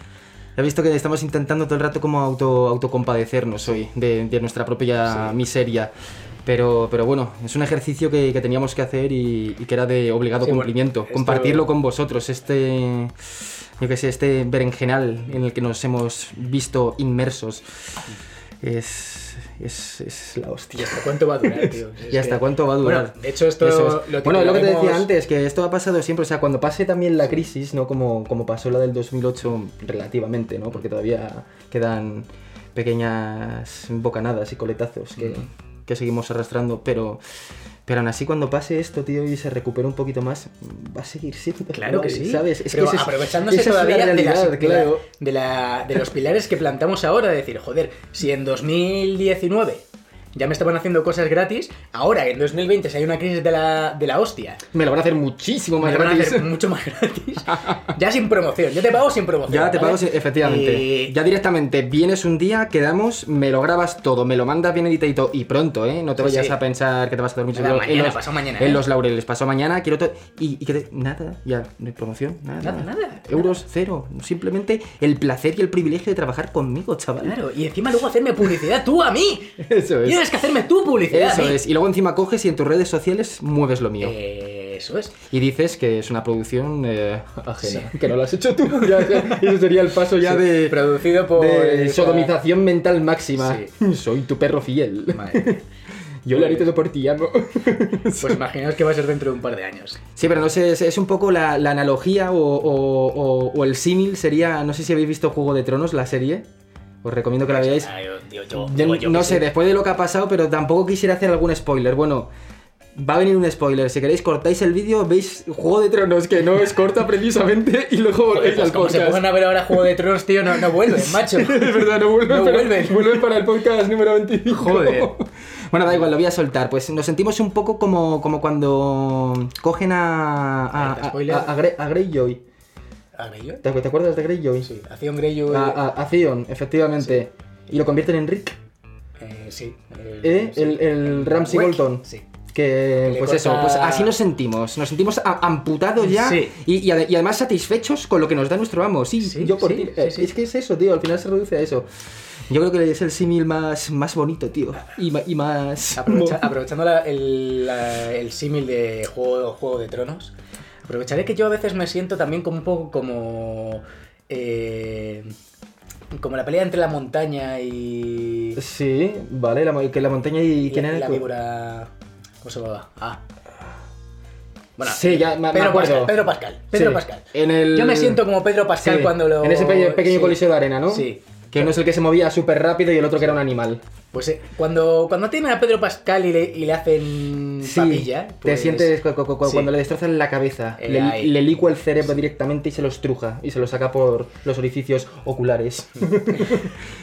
He visto que estamos intentando todo el rato como auto, autocompadecernos hoy de, de nuestra propia miseria. Pero, pero bueno, es un ejercicio que, que teníamos que hacer y, y que era de obligado Sí, bueno, cumplimiento. esto- Compartirlo con vosotros, este. Yo qué sé, este berenjenal en el que nos hemos visto inmersos. Es. Es, es la ¿Y hostia. hasta cuánto va a durar, (laughs) tío? Si es ¿Y hasta que- cuánto va a durar? Bueno, de hecho, esto Eso es. lo bueno, es lo que te decía titularemos- antes, que esto ha pasado siempre. O sea, cuando pase también la crisis, ¿no? Como, como pasó la del 2008 relativamente, ¿no? Porque todavía quedan pequeñas bocanadas y coletazos que, que seguimos arrastrando. Pero, pero aún así, cuando pase esto, tío, y se recupere un poquito más, va a seguir siendo. Claro que igual, sí. ¿Sabes? Pero ese es- aprovechándose esa es la todavía de, realidad, las- de la- claro. de la- de los pilares que plantamos ahora, de decir, joder, si en 2019 ya me estaban haciendo cosas gratis, ahora en 2020 si hay una crisis de la, de la hostia, Me lo van a hacer muchísimo me más lo van a gratis. hacer (laughs) mucho más gratis, ya sin promoción, yo te pago sin promoción. Ya te ¿vale? Eh, pago, sí, efectivamente. Y- Ya directamente vienes un día, quedamos, me lo grabas todo, me lo mandas bien editadito y pronto, ¿eh? No te Sí, vayas Pues sí. a pensar que te vas a dormir Nada, solo mañana, pasado mañana, En ¿eh? los laureles, pasó mañana, quiero todo. Y, y que te- nada, ya, no hay promoción, nada. Nada, nada, Euros cero. Simplemente el placer y el privilegio de trabajar conmigo, chaval. Claro, y encima luego hacerme publicidad tú a mí. (laughs) Eso es. Tienes que hacerme tú publicidad. Eso a mí. es. Y luego encima coges y en tus redes sociales mueves lo mío. Eh. Eso es. Y dices que es una producción eh, (laughs) ajena, que no lo has hecho tú. (laughs) Ya, ya, eso sería el paso ya de. Producido por. de sodomización mental máxima. Sí. (laughs) Soy tu perro (laughs) fiel. Madre mía. Yo lo haré todo por ti, amo. Pues imaginaos que va a ser dentro de un par de años. Sí, pero no sé, es, es un poco la, la analogía o, o- o- o el símil sería, no sé si habéis visto Juego de Tronos, la serie. Os recomiendo que la veáis. Ah, yo- yo- yo- Yo digo yo no que sé, sí. después de lo que ha pasado, pero tampoco quisiera hacer algún spoiler. Bueno, va a venir un spoiler. Si queréis, cortáis el vídeo, veis Juego de Tronos, que no es corta precisamente, y luego Joder, volvéis pues al como se podcast. pongan a ver ahora Juego de Tronos, tío, (laughs) (laughs) no, no vuelven, macho. Es verdad, no vuelven. No pero vuelven. vuelven para el podcast número 25. Joder. Bueno, da igual, lo voy a soltar. Pues nos sentimos un poco como, como cuando cogen a, a, Alerta, spoiler. a, a Gre- a Greyjoy. ¿A Greyjoy? ¿Te, acu- te acuerdas de Greyjoy? Sí, hacía un Greyjoy. A, a, a Theon, efectivamente. Y lo convierten en Rick, eh, sí. El, ¿eh? sí. El, el Ramsey Weck. Bolton. Sí. Que, Que le pues corta- eso, pues así nos sentimos. Nos sentimos a- amputados ya Sí. y, y ade- y además satisfechos con lo que nos da nuestro amo. Sí, Sí, yo por sí, ti. sí, Eh, sí. Es que es eso, tío. Al final se reduce a eso. Yo creo que es el símil más, más bonito, tío. Y, ma- y más. Aprovecha- aprovechando la- el, la- el símil de juego, juego de Tronos, aprovecharé que yo a veces me siento también como un poco como. eh, como la pelea entre la montaña y. Sí, vale, la, mo- que la montaña y, y quién la, era y la el cu- víbora. ¿Cómo se llamaba? Ah. Bueno, Sí, ya me- me Pedro acuerdo. Pascal. Pedro Pascal. Pedro Sí, Pascal. En el... Yo me siento como Pedro Pascal Sí, cuando lo. En ese pe- pequeño sí. coliseo de arena, ¿no? Sí. Que uno es el que se movía súper rápido y el otro que era un animal. Pues eh, cuando, cuando tienen a Pedro Pascal y le, y le hacen Sí, papilla. te pues- sientes cu- cu- cu- sí. cuando le destrozan la cabeza, Eh, le, ahí. le licua el cerebro directamente y se lo estruja y se lo saca por los orificios oculares.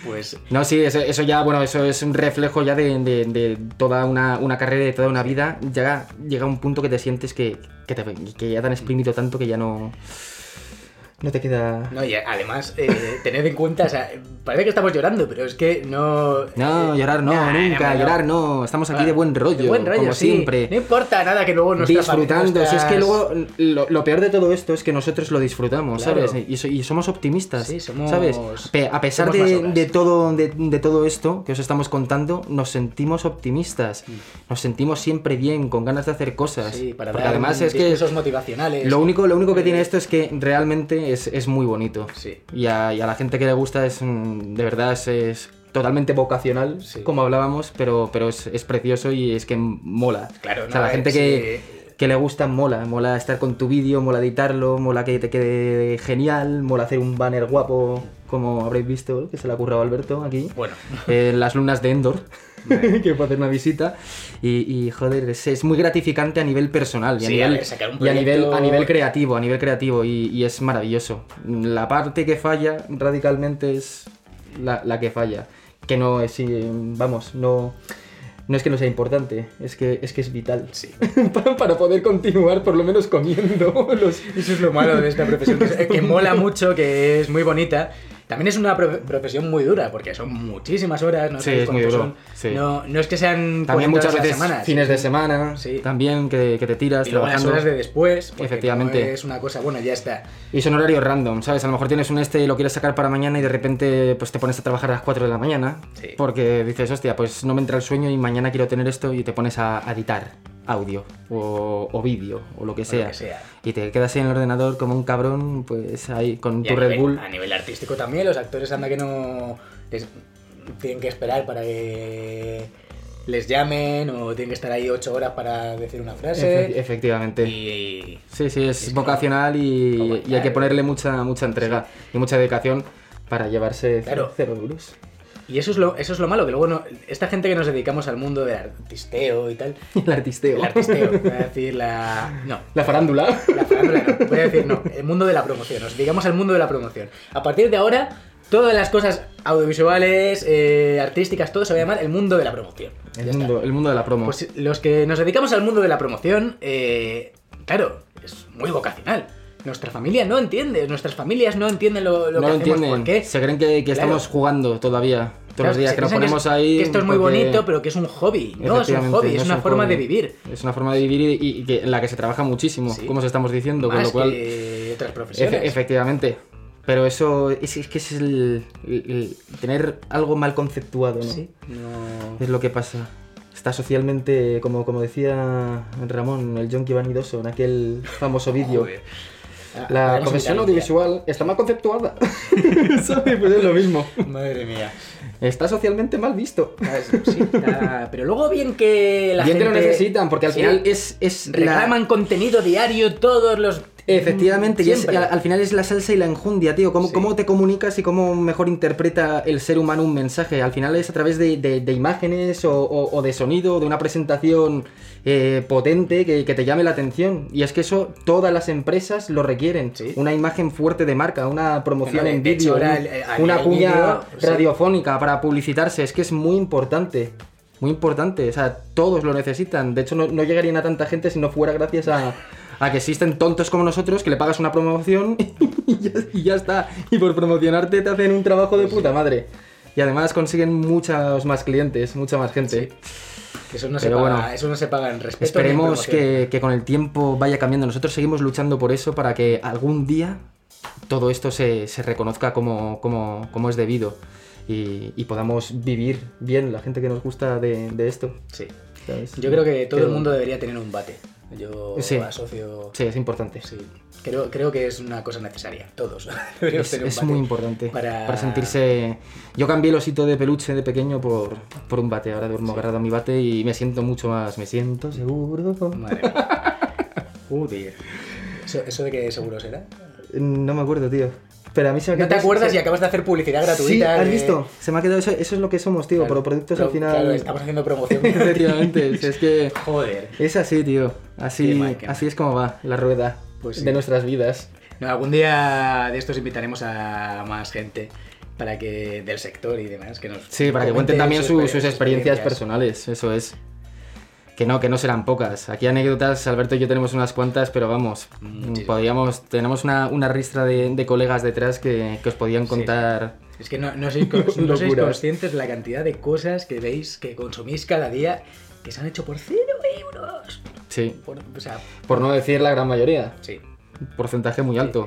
Pues (laughs) No, sí, eso, eso ya, bueno, eso es un reflejo ya de, de- de toda una, una carrera, de toda una vida. Llega, llega un punto que te sientes que, que, te- que ya te han exprimido tanto que ya no... No te queda... No, y además, eh, tened en cuenta, o sea, parece que estamos llorando, pero es que no. eh, No, llorar no, Nah, nunca, no. llorar no. Estamos aquí de Bueno, buen rollo, de buen rollo, como sí. siempre. No importa nada que luego nos disfrutando. Si es que luego lo, lo peor de todo esto es que nosotros lo disfrutamos, Claro. ¿sabes? Y, so- y somos optimistas, Sí, somos- ¿sabes? Pe- a pesar somos de, masoquistas. de todo, de, de todo esto que os estamos contando, nos sentimos optimistas. Nos sentimos siempre bien, con ganas de hacer cosas. Mm. Sí, para Porque dar además es que discursos motivacionales. lo único, lo único que Eh, tiene esto es que realmente es, es muy bonito. Sí. Y a, y a la gente que le gusta es mm, de verdad es, es totalmente vocacional, Sí. como hablábamos, pero, pero es, es precioso y es que mola. Claro, o sea, no, la gente es que, que le gusta mola. Mola estar con tu vídeo, mola editarlo, mola que te quede genial, mola hacer un banner guapo, como habréis visto, que se le ha currado a Alberto aquí. Bueno, En eh, las lunas de Endor, (laughs) que fue a hacer una visita. Y, y, joder, es, es muy gratificante a nivel personal y a, Sí, nivel, a ver, sacar un y a nivel, proyecto- a nivel creativo, a nivel creativo, y, y es maravilloso. La parte que falla radicalmente es la, la que falla. Que no es, sí, vamos, no. No es que no sea importante, es que es, que es vital. (laughs) sí. (laughs) Pa- Para poder continuar por lo menos comiendo (laughs) los... Eso es lo malo de esta profesión, que, es- (laughs) que mola mucho, que es muy bonita. También es una pro- profesión muy dura, porque son muchísimas horas, no Sí, sé es muy cuántos duro, son. sí. No, no es que sean 40 También muchas horas a la veces semana, fines sí, de sí. semana, Sí. también que, que te tiras Y luego las trabajando. horas de después, porque Efectivamente. no es una cosa, bueno, ya está. Y son horarios random, ¿sabes? A lo mejor tienes un este y lo quieres sacar para mañana y de repente pues te pones a trabajar a las 4 de la mañana. Sí. Porque dices, hostia, pues no me entra el sueño y mañana quiero tener esto y te pones a editar audio o, o vídeo o lo que sea. que sea. Y te quedas ahí en el ordenador como un cabrón, pues ahí con Y tu a, Red nivel, Bull. a nivel artístico también, los actores anda que no les- tienen que esperar para que les llamen o tienen que estar ahí ocho horas para decir una Efe- frase. efectivamente. Y Sí, sí, es Es como- vocacional y, como y hay claro. que ponerle mucha, mucha entrega y mucha dedicación para llevarse Claro. cero euros. (laughs) Y eso es lo, eso es lo malo, que luego no- esta gente que nos dedicamos al mundo del artisteo y tal, El artisteo. el artisteo, voy a decir la. No. (laughs) La farándula. La farándula no, voy a decir no, el mundo de la promoción, nos dedicamos al mundo de la promoción. A partir de ahora, todas las cosas audiovisuales, eh, artísticas, todo se va a llamar el mundo de la promoción. Ya El está. mundo, el mundo de la promo. Pues los que nos dedicamos al mundo de la promoción, eh, claro, es muy vocacional. Nuestra familia no entiende, nuestras familias no entienden lo, lo que no lo hacemos, entienden. ¿por qué? Se creen que, que Claro. estamos jugando todavía, todos los Claro, días, se que nos piensan ponemos es- ahí. que esto es muy porque- bonito, pero que es un hobby. No, es un Efectivamente, hobby, no es una forma hobby. de vivir. Es una forma de vivir y, y que, en la que se trabaja muchísimo, Sí. como os estamos diciendo, con Más lo cual. que otras efe- profesiones. efectivamente. Pero eso es, es que es el, el- el tener algo mal conceptuado, ¿no? Sí, no- Es lo que pasa. Está socialmente, como, como decía Ramón, el John vanidoso en aquel famoso vídeo. Joder. Ah, La podemos profesión invitarlo, audiovisual está mal conceptuada. (laughs) ¿Sabes? Pues es lo mismo. tía. Madre mía. Está socialmente mal visto. Ah, sí, está- Pero luego bien que la Bien que gente... lo necesitan, porque al Sí. final es, es la- Reclaman contenido diario todos los... Efectivamente, y es- Siempre. al, al final es la salsa y la enjundia, tío. ¿Cómo, Sí. ¿Cómo te comunicas y cómo mejor interpreta el ser humano un mensaje? Al final es a través de, de- de imágenes o, o- o de sonido, de una presentación eh, potente que, que te llame la atención. Y es que eso todas las empresas lo requieren. Sí. Una imagen fuerte de marca, una promoción Bueno, en de hecho, vídeo, ahora un- el- el- a una nivel cuña vídeo, sí. radiofónica para publicitarse. Es que es muy importante. muy importante. O sea, todos lo necesitan. De hecho, no, no llegarían a tanta gente si no fuera gracias a, a que existen tontos como nosotros que le pagas una promoción (laughs) y ya, y ya está. Y por promocionarte te hacen un trabajo de puta madre. Y además consiguen muchos más clientes, mucha más gente. Eso no, se Pero paga, bueno, eso no se paga en respeto. ni en Esperemos promoción. que, que con el tiempo vaya cambiando. Nosotros seguimos luchando por eso para que algún día todo esto se, se reconozca como, como, como es debido y, y podamos vivir bien la gente que nos gusta de, de esto. Sí. ¿sabes? Yo creo que todo Creo- el mundo debería tener un bate. Yo Sí. asocio. Sí, es importante. Sí. Creo, creo que es una cosa necesaria. Todos (laughs) deberíamos Es, tener un es bate. muy importante para- para... sentirse. Yo cambié el osito de peluche de pequeño por, por un bate. Ahora duermo agarrado a mi bate y me siento mucho más. Me siento seguro. Madre mía. (laughs) Joder. Eso, eso de que seguro será. No me acuerdo, tío. Pero a mí se me No te queda- acuerdas se- y acabas de hacer publicidad gratuita. Sí, has de- visto. Se me ha quedado eso. Eso es lo que somos, tío. Claro, pero productos claro, al final. (laughs) Claro, estamos haciendo promoción. Efectivamente. si es que. Joder. Es así, tío. Qué Así, mal, qué mal. así es como va la rueda Pues sí. de nuestras vidas. No, algún día de estos invitaremos a más gente para que del sector y demás que nos Sí, para que comente cuenten también su- exper- sus experiencias personales. Eso es. Que no, que no serán pocas. Aquí anécdotas, Alberto y yo tenemos unas cuantas, pero vamos, mm, Muchísimas. podríamos, tenemos una, una ristra de, de colegas detrás que, que os podían contar. Es que no, no sois, (laughs) con- no sois Locuras. conscientes de la cantidad de cosas que veis que consumís cada día que se han hecho por cero euros. Sí. Por- o sea, Por no decir la gran mayoría. sí. porcentaje muy alto.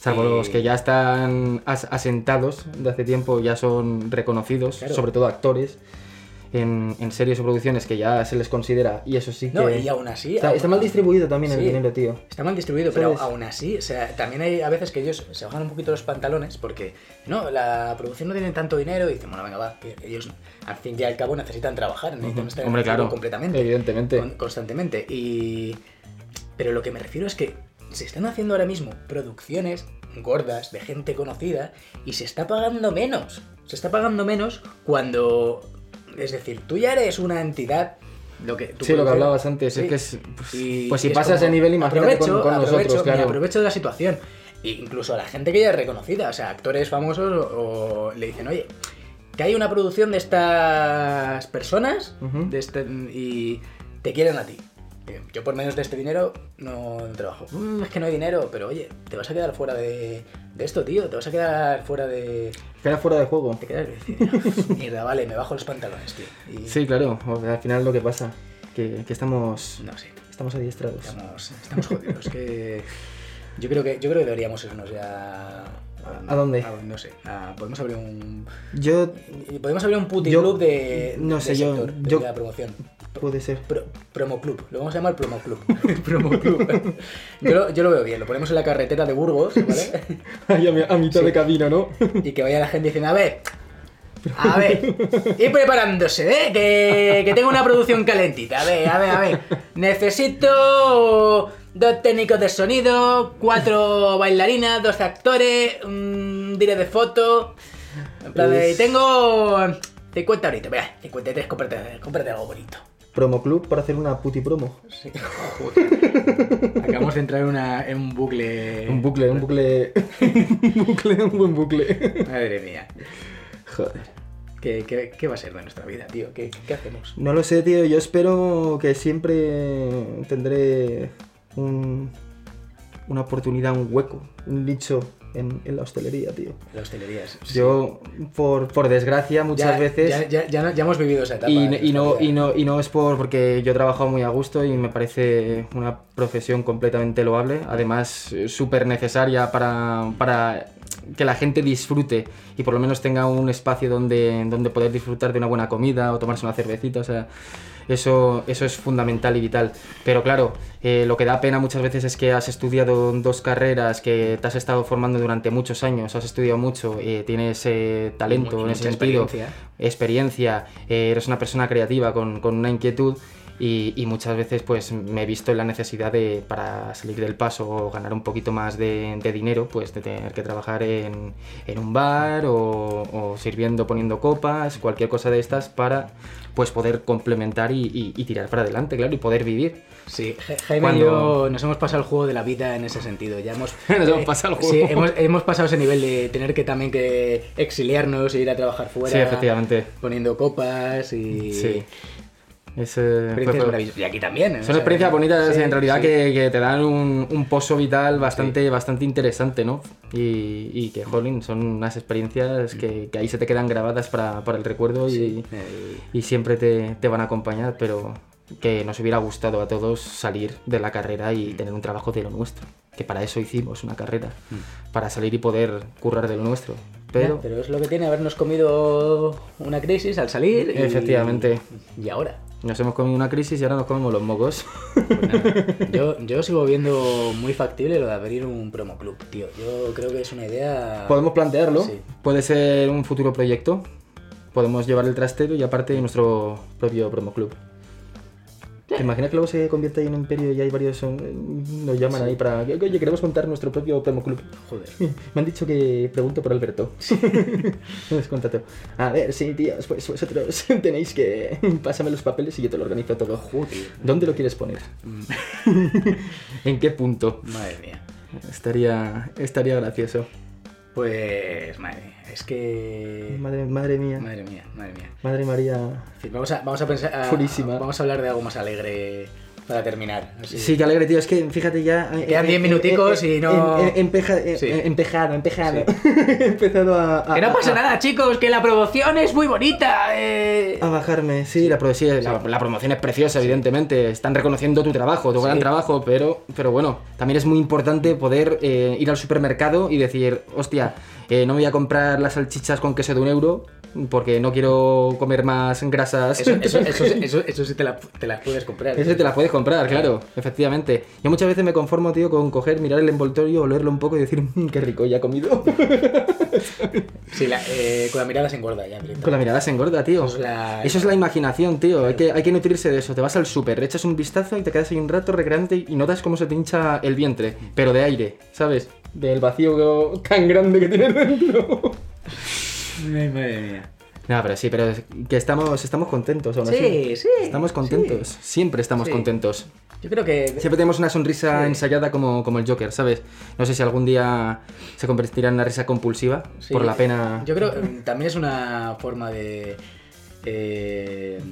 Salvo Y- los que ya están as- asentados de hace tiempo, ya son reconocidos, Claro. sobre todo actores, en, en series o producciones que ya se les considera, y eso sí que... No, y aún así. está, aún- está mal distribuido también el Sí. dinero, tío. Está mal distribuido, pero ¿Sabes? aún así, o sea, también hay a veces que ellos se bajan un poquito los pantalones porque, no, la producción no tiene tanto dinero y dicen, bueno, venga, va, ellos al fin y al cabo necesitan trabajar, necesitan estar en Hombre, el juego claro, completamente, evidentemente. con- constantemente. Y... Pero lo que me refiero es que se están haciendo ahora mismo producciones gordas de gente conocida y se está pagando menos. Se está pagando menos cuando... Es decir, tú ya eres una entidad... Lo que, tu Sí, lo que producción- hablabas antes, Sí. es que es... Pues, Y- pues si y es pasas como, ese nivel, imagínate con- aprovecho, con, nosotros, aprovecho, me claro. aprovecho de la situación. E incluso a la gente que ya es reconocida, o sea, actores famosos o, o le dicen, oye, que hay una producción de estas personas Ujú. de este- y te quieren a ti. Eh, Yo por menos de este dinero no trabajo. "Mm, es que no hay dinero, pero oye, te vas a quedar fuera de, de esto, tío. Te vas a quedar fuera de... Queda fuera de juego. Te quedas... y dices, Mierda, (laughs) vale, me bajo los pantalones, tío. Y, Sí, claro, o sea, al final lo que pasa, que, que estamos, No sé. estamos adiestrados. Estamos, estamos jodidos. que yo creo que yo creo que deberíamos irnos ya. ¿A dónde? no sé. a- podemos abrir un Yo... podemos abrir un puti Yo- club de no de sé, yo- sector, de yo- la promoción. Puede (laughs) ser. Pro- promo club, lo vamos a llamar promo (laughs) club. promo club. yo, lo, yo lo veo bien, lo ponemos en la carretera de Burgos, (laughs) ¿vale? Ahí a mi- a mitad de camino, ¿no? y que vaya la gente diciendo, a ver, a ver, ir preparándose, ¿eh? Que, que tengo una producción calentita, a ver, a ver, a ver. Necesito dos técnicos de sonido, cuatro bailarinas, dos actores, un dire de foto. En plan de, Es- tengo 50 ahorita, vea, 53, cómprate, cómprate algo bonito. Promo Club para hacer una puti promo. Acabamos de entrar en un bucle. Un bucle, un bucle. (laughs) un bucle, un buen bucle. Madre mía. Joder. ¿Qué, qué, va a ser de nuestra vida, tío? ¿Qué, qué hacemos? No lo sé, tío. Yo espero que siempre tendré un, una oportunidad, un hueco, un nicho en, en la hostelería, tío. La hostelería. sí. Yo, por, por desgracia, muchas Ya- veces. Ya, ya, ya no- ya hemos vivido esa etapa. ¿eh? Y, de y no, nuestra y, vida. no, y no es por porque yo he trabajado muy a gusto y me parece una profesión completamente loable, además eh, súper necesaria para, para que la gente disfrute y por lo menos tenga un espacio donde, donde poder disfrutar de una buena comida o tomarse una cervecita, o sea, eso, eso es fundamental y vital. Pero claro, eh, lo que da pena muchas veces es que has estudiado dos carreras, que te has estado formando durante muchos años, has estudiado mucho, eh, tienes eh, talento Mu- en ese mucha sentido experiencia. experiencia, eh, eres una persona creativa con, con una inquietud Y, y muchas veces pues me he visto en la necesidad de, para salir del paso o ganar un poquito más de, de dinero, pues de tener que trabajar en, en un bar o, o sirviendo, poniendo copas, cualquier cosa de estas para pues poder complementar y, y- y tirar para adelante, claro, y poder vivir. Sí, Ja- Jaime Cuando- y yo nos hemos pasado el juego de la vida en ese sentido. Ya hemos, (laughs) eh, Nos hemos pasado el Sí, juego. hemos, hemos pasado ese nivel de tener que también que exiliarnos e ir a trabajar fuera. Sí, efectivamente. Poniendo copas y. Sí. Es, eh, fue- Experiencias fue- maravillosas. Y aquí también. ¿eh? O Son sea, experiencias bonitas sí, en realidad sí. que, que te dan un, un pozo vital bastante, bastante interesante, ¿no? Y, y que, jolín, son unas experiencias que, que ahí se te quedan grabadas para, para el recuerdo y, El- y siempre te, te van a acompañar, pero que nos hubiera gustado a todos salir de la carrera Mm. y tener un trabajo de lo nuestro. Que para eso hicimos una carrera, para salir y poder currar de lo nuestro. Pero, Mm. Ya, pero es lo que tiene habernos comido una crisis al salir. y- Efectivamente. Y ahora. nos hemos comido una crisis y ahora nos comemos los mocos. Pues nada, yo, yo sigo viendo muy factible lo de abrir un promo club, tío. Yo creo que es una idea. Podemos plantearlo. Ah, Sí. Puede ser un futuro proyecto. Podemos llevar el trastero y aparte nuestro propio promo club. ¿Te imaginas que luego se convierte ahí en un imperio y hay varios. eh, Nos llaman ahí para. Oye, queremos montar nuestro propio promo club. (laughs) Joder. Me han dicho que pregunto por Alberto. (laughs) Les contato. A ver, sí, tíos, pues vosotros (laughs) tenéis que. Pásame los papeles y yo te lo organizo todo. Joder. Mm. ¿Dónde lo quieres poner? (laughs) ¿En (laughs) qué punto? Madre mía. Estaría, estaría gracioso. Pues, madre mía. Es que. Madre, madre mía. Madre mía, madre mía. Madre María. En fin, Vamos a, vamos a pensar. a- Purísima. vamos a hablar de algo más alegre para terminar. así. Sí, qué alegre, tío. Es que fíjate ya. eh, Quedan eh, diez eh, minuticos eh, y no- em- em- empeja- eh, Sí. eh, Empejado, empejado. (laughs) He empezado a. a- Que no pasa a- nada, chicos, que la promoción es muy bonita. eh. A bajarme, sí, la, pro- Ah, sí, la- la promoción es preciosa, evidentemente. Están reconociendo tu trabajo, tu gran trabajo, pero, pero bueno, también es muy importante poder eh, ir al supermercado y decir, hostia, eh, no me voy a comprar las salchichas con queso de un euro porque no quiero comer más grasas. (laughs) Eso, eso- eso- eso- eso sí te la, te la puedes comprar. ¿eh? Ese te la puedes comprar, claro, efectivamente. Yo muchas veces me conformo, tío, con coger, mirar el envoltorio, olerlo un poco y decir, "Mm, qué rico, ya he comido. (laughs) Sí, la- eh, con la mirada se engorda ya. directo. Con la mirada se engorda, tío. Eso es Pues la- Eso es la imaginación, tío. Hay que, hay que nutrirse de eso. Te vas al súper, echas un vistazo y te quedas ahí un rato recreante y notas cómo se te hincha el vientre, pero de aire, ¿sabes? Del vacío tan grande que tienes dentro. Ay, madre mía. No, pero sí, pero es que estamos, estamos contentos aún Sí, así. sí, Estamos contentos. Siempre estamos Sí. contentos. Yo creo que. Siempre tenemos una sonrisa ensayada como, como el Joker, ¿sabes? No sé si algún día se convertirá en una risa compulsiva Sí, por la pena. Yo creo que también es una forma de. eh,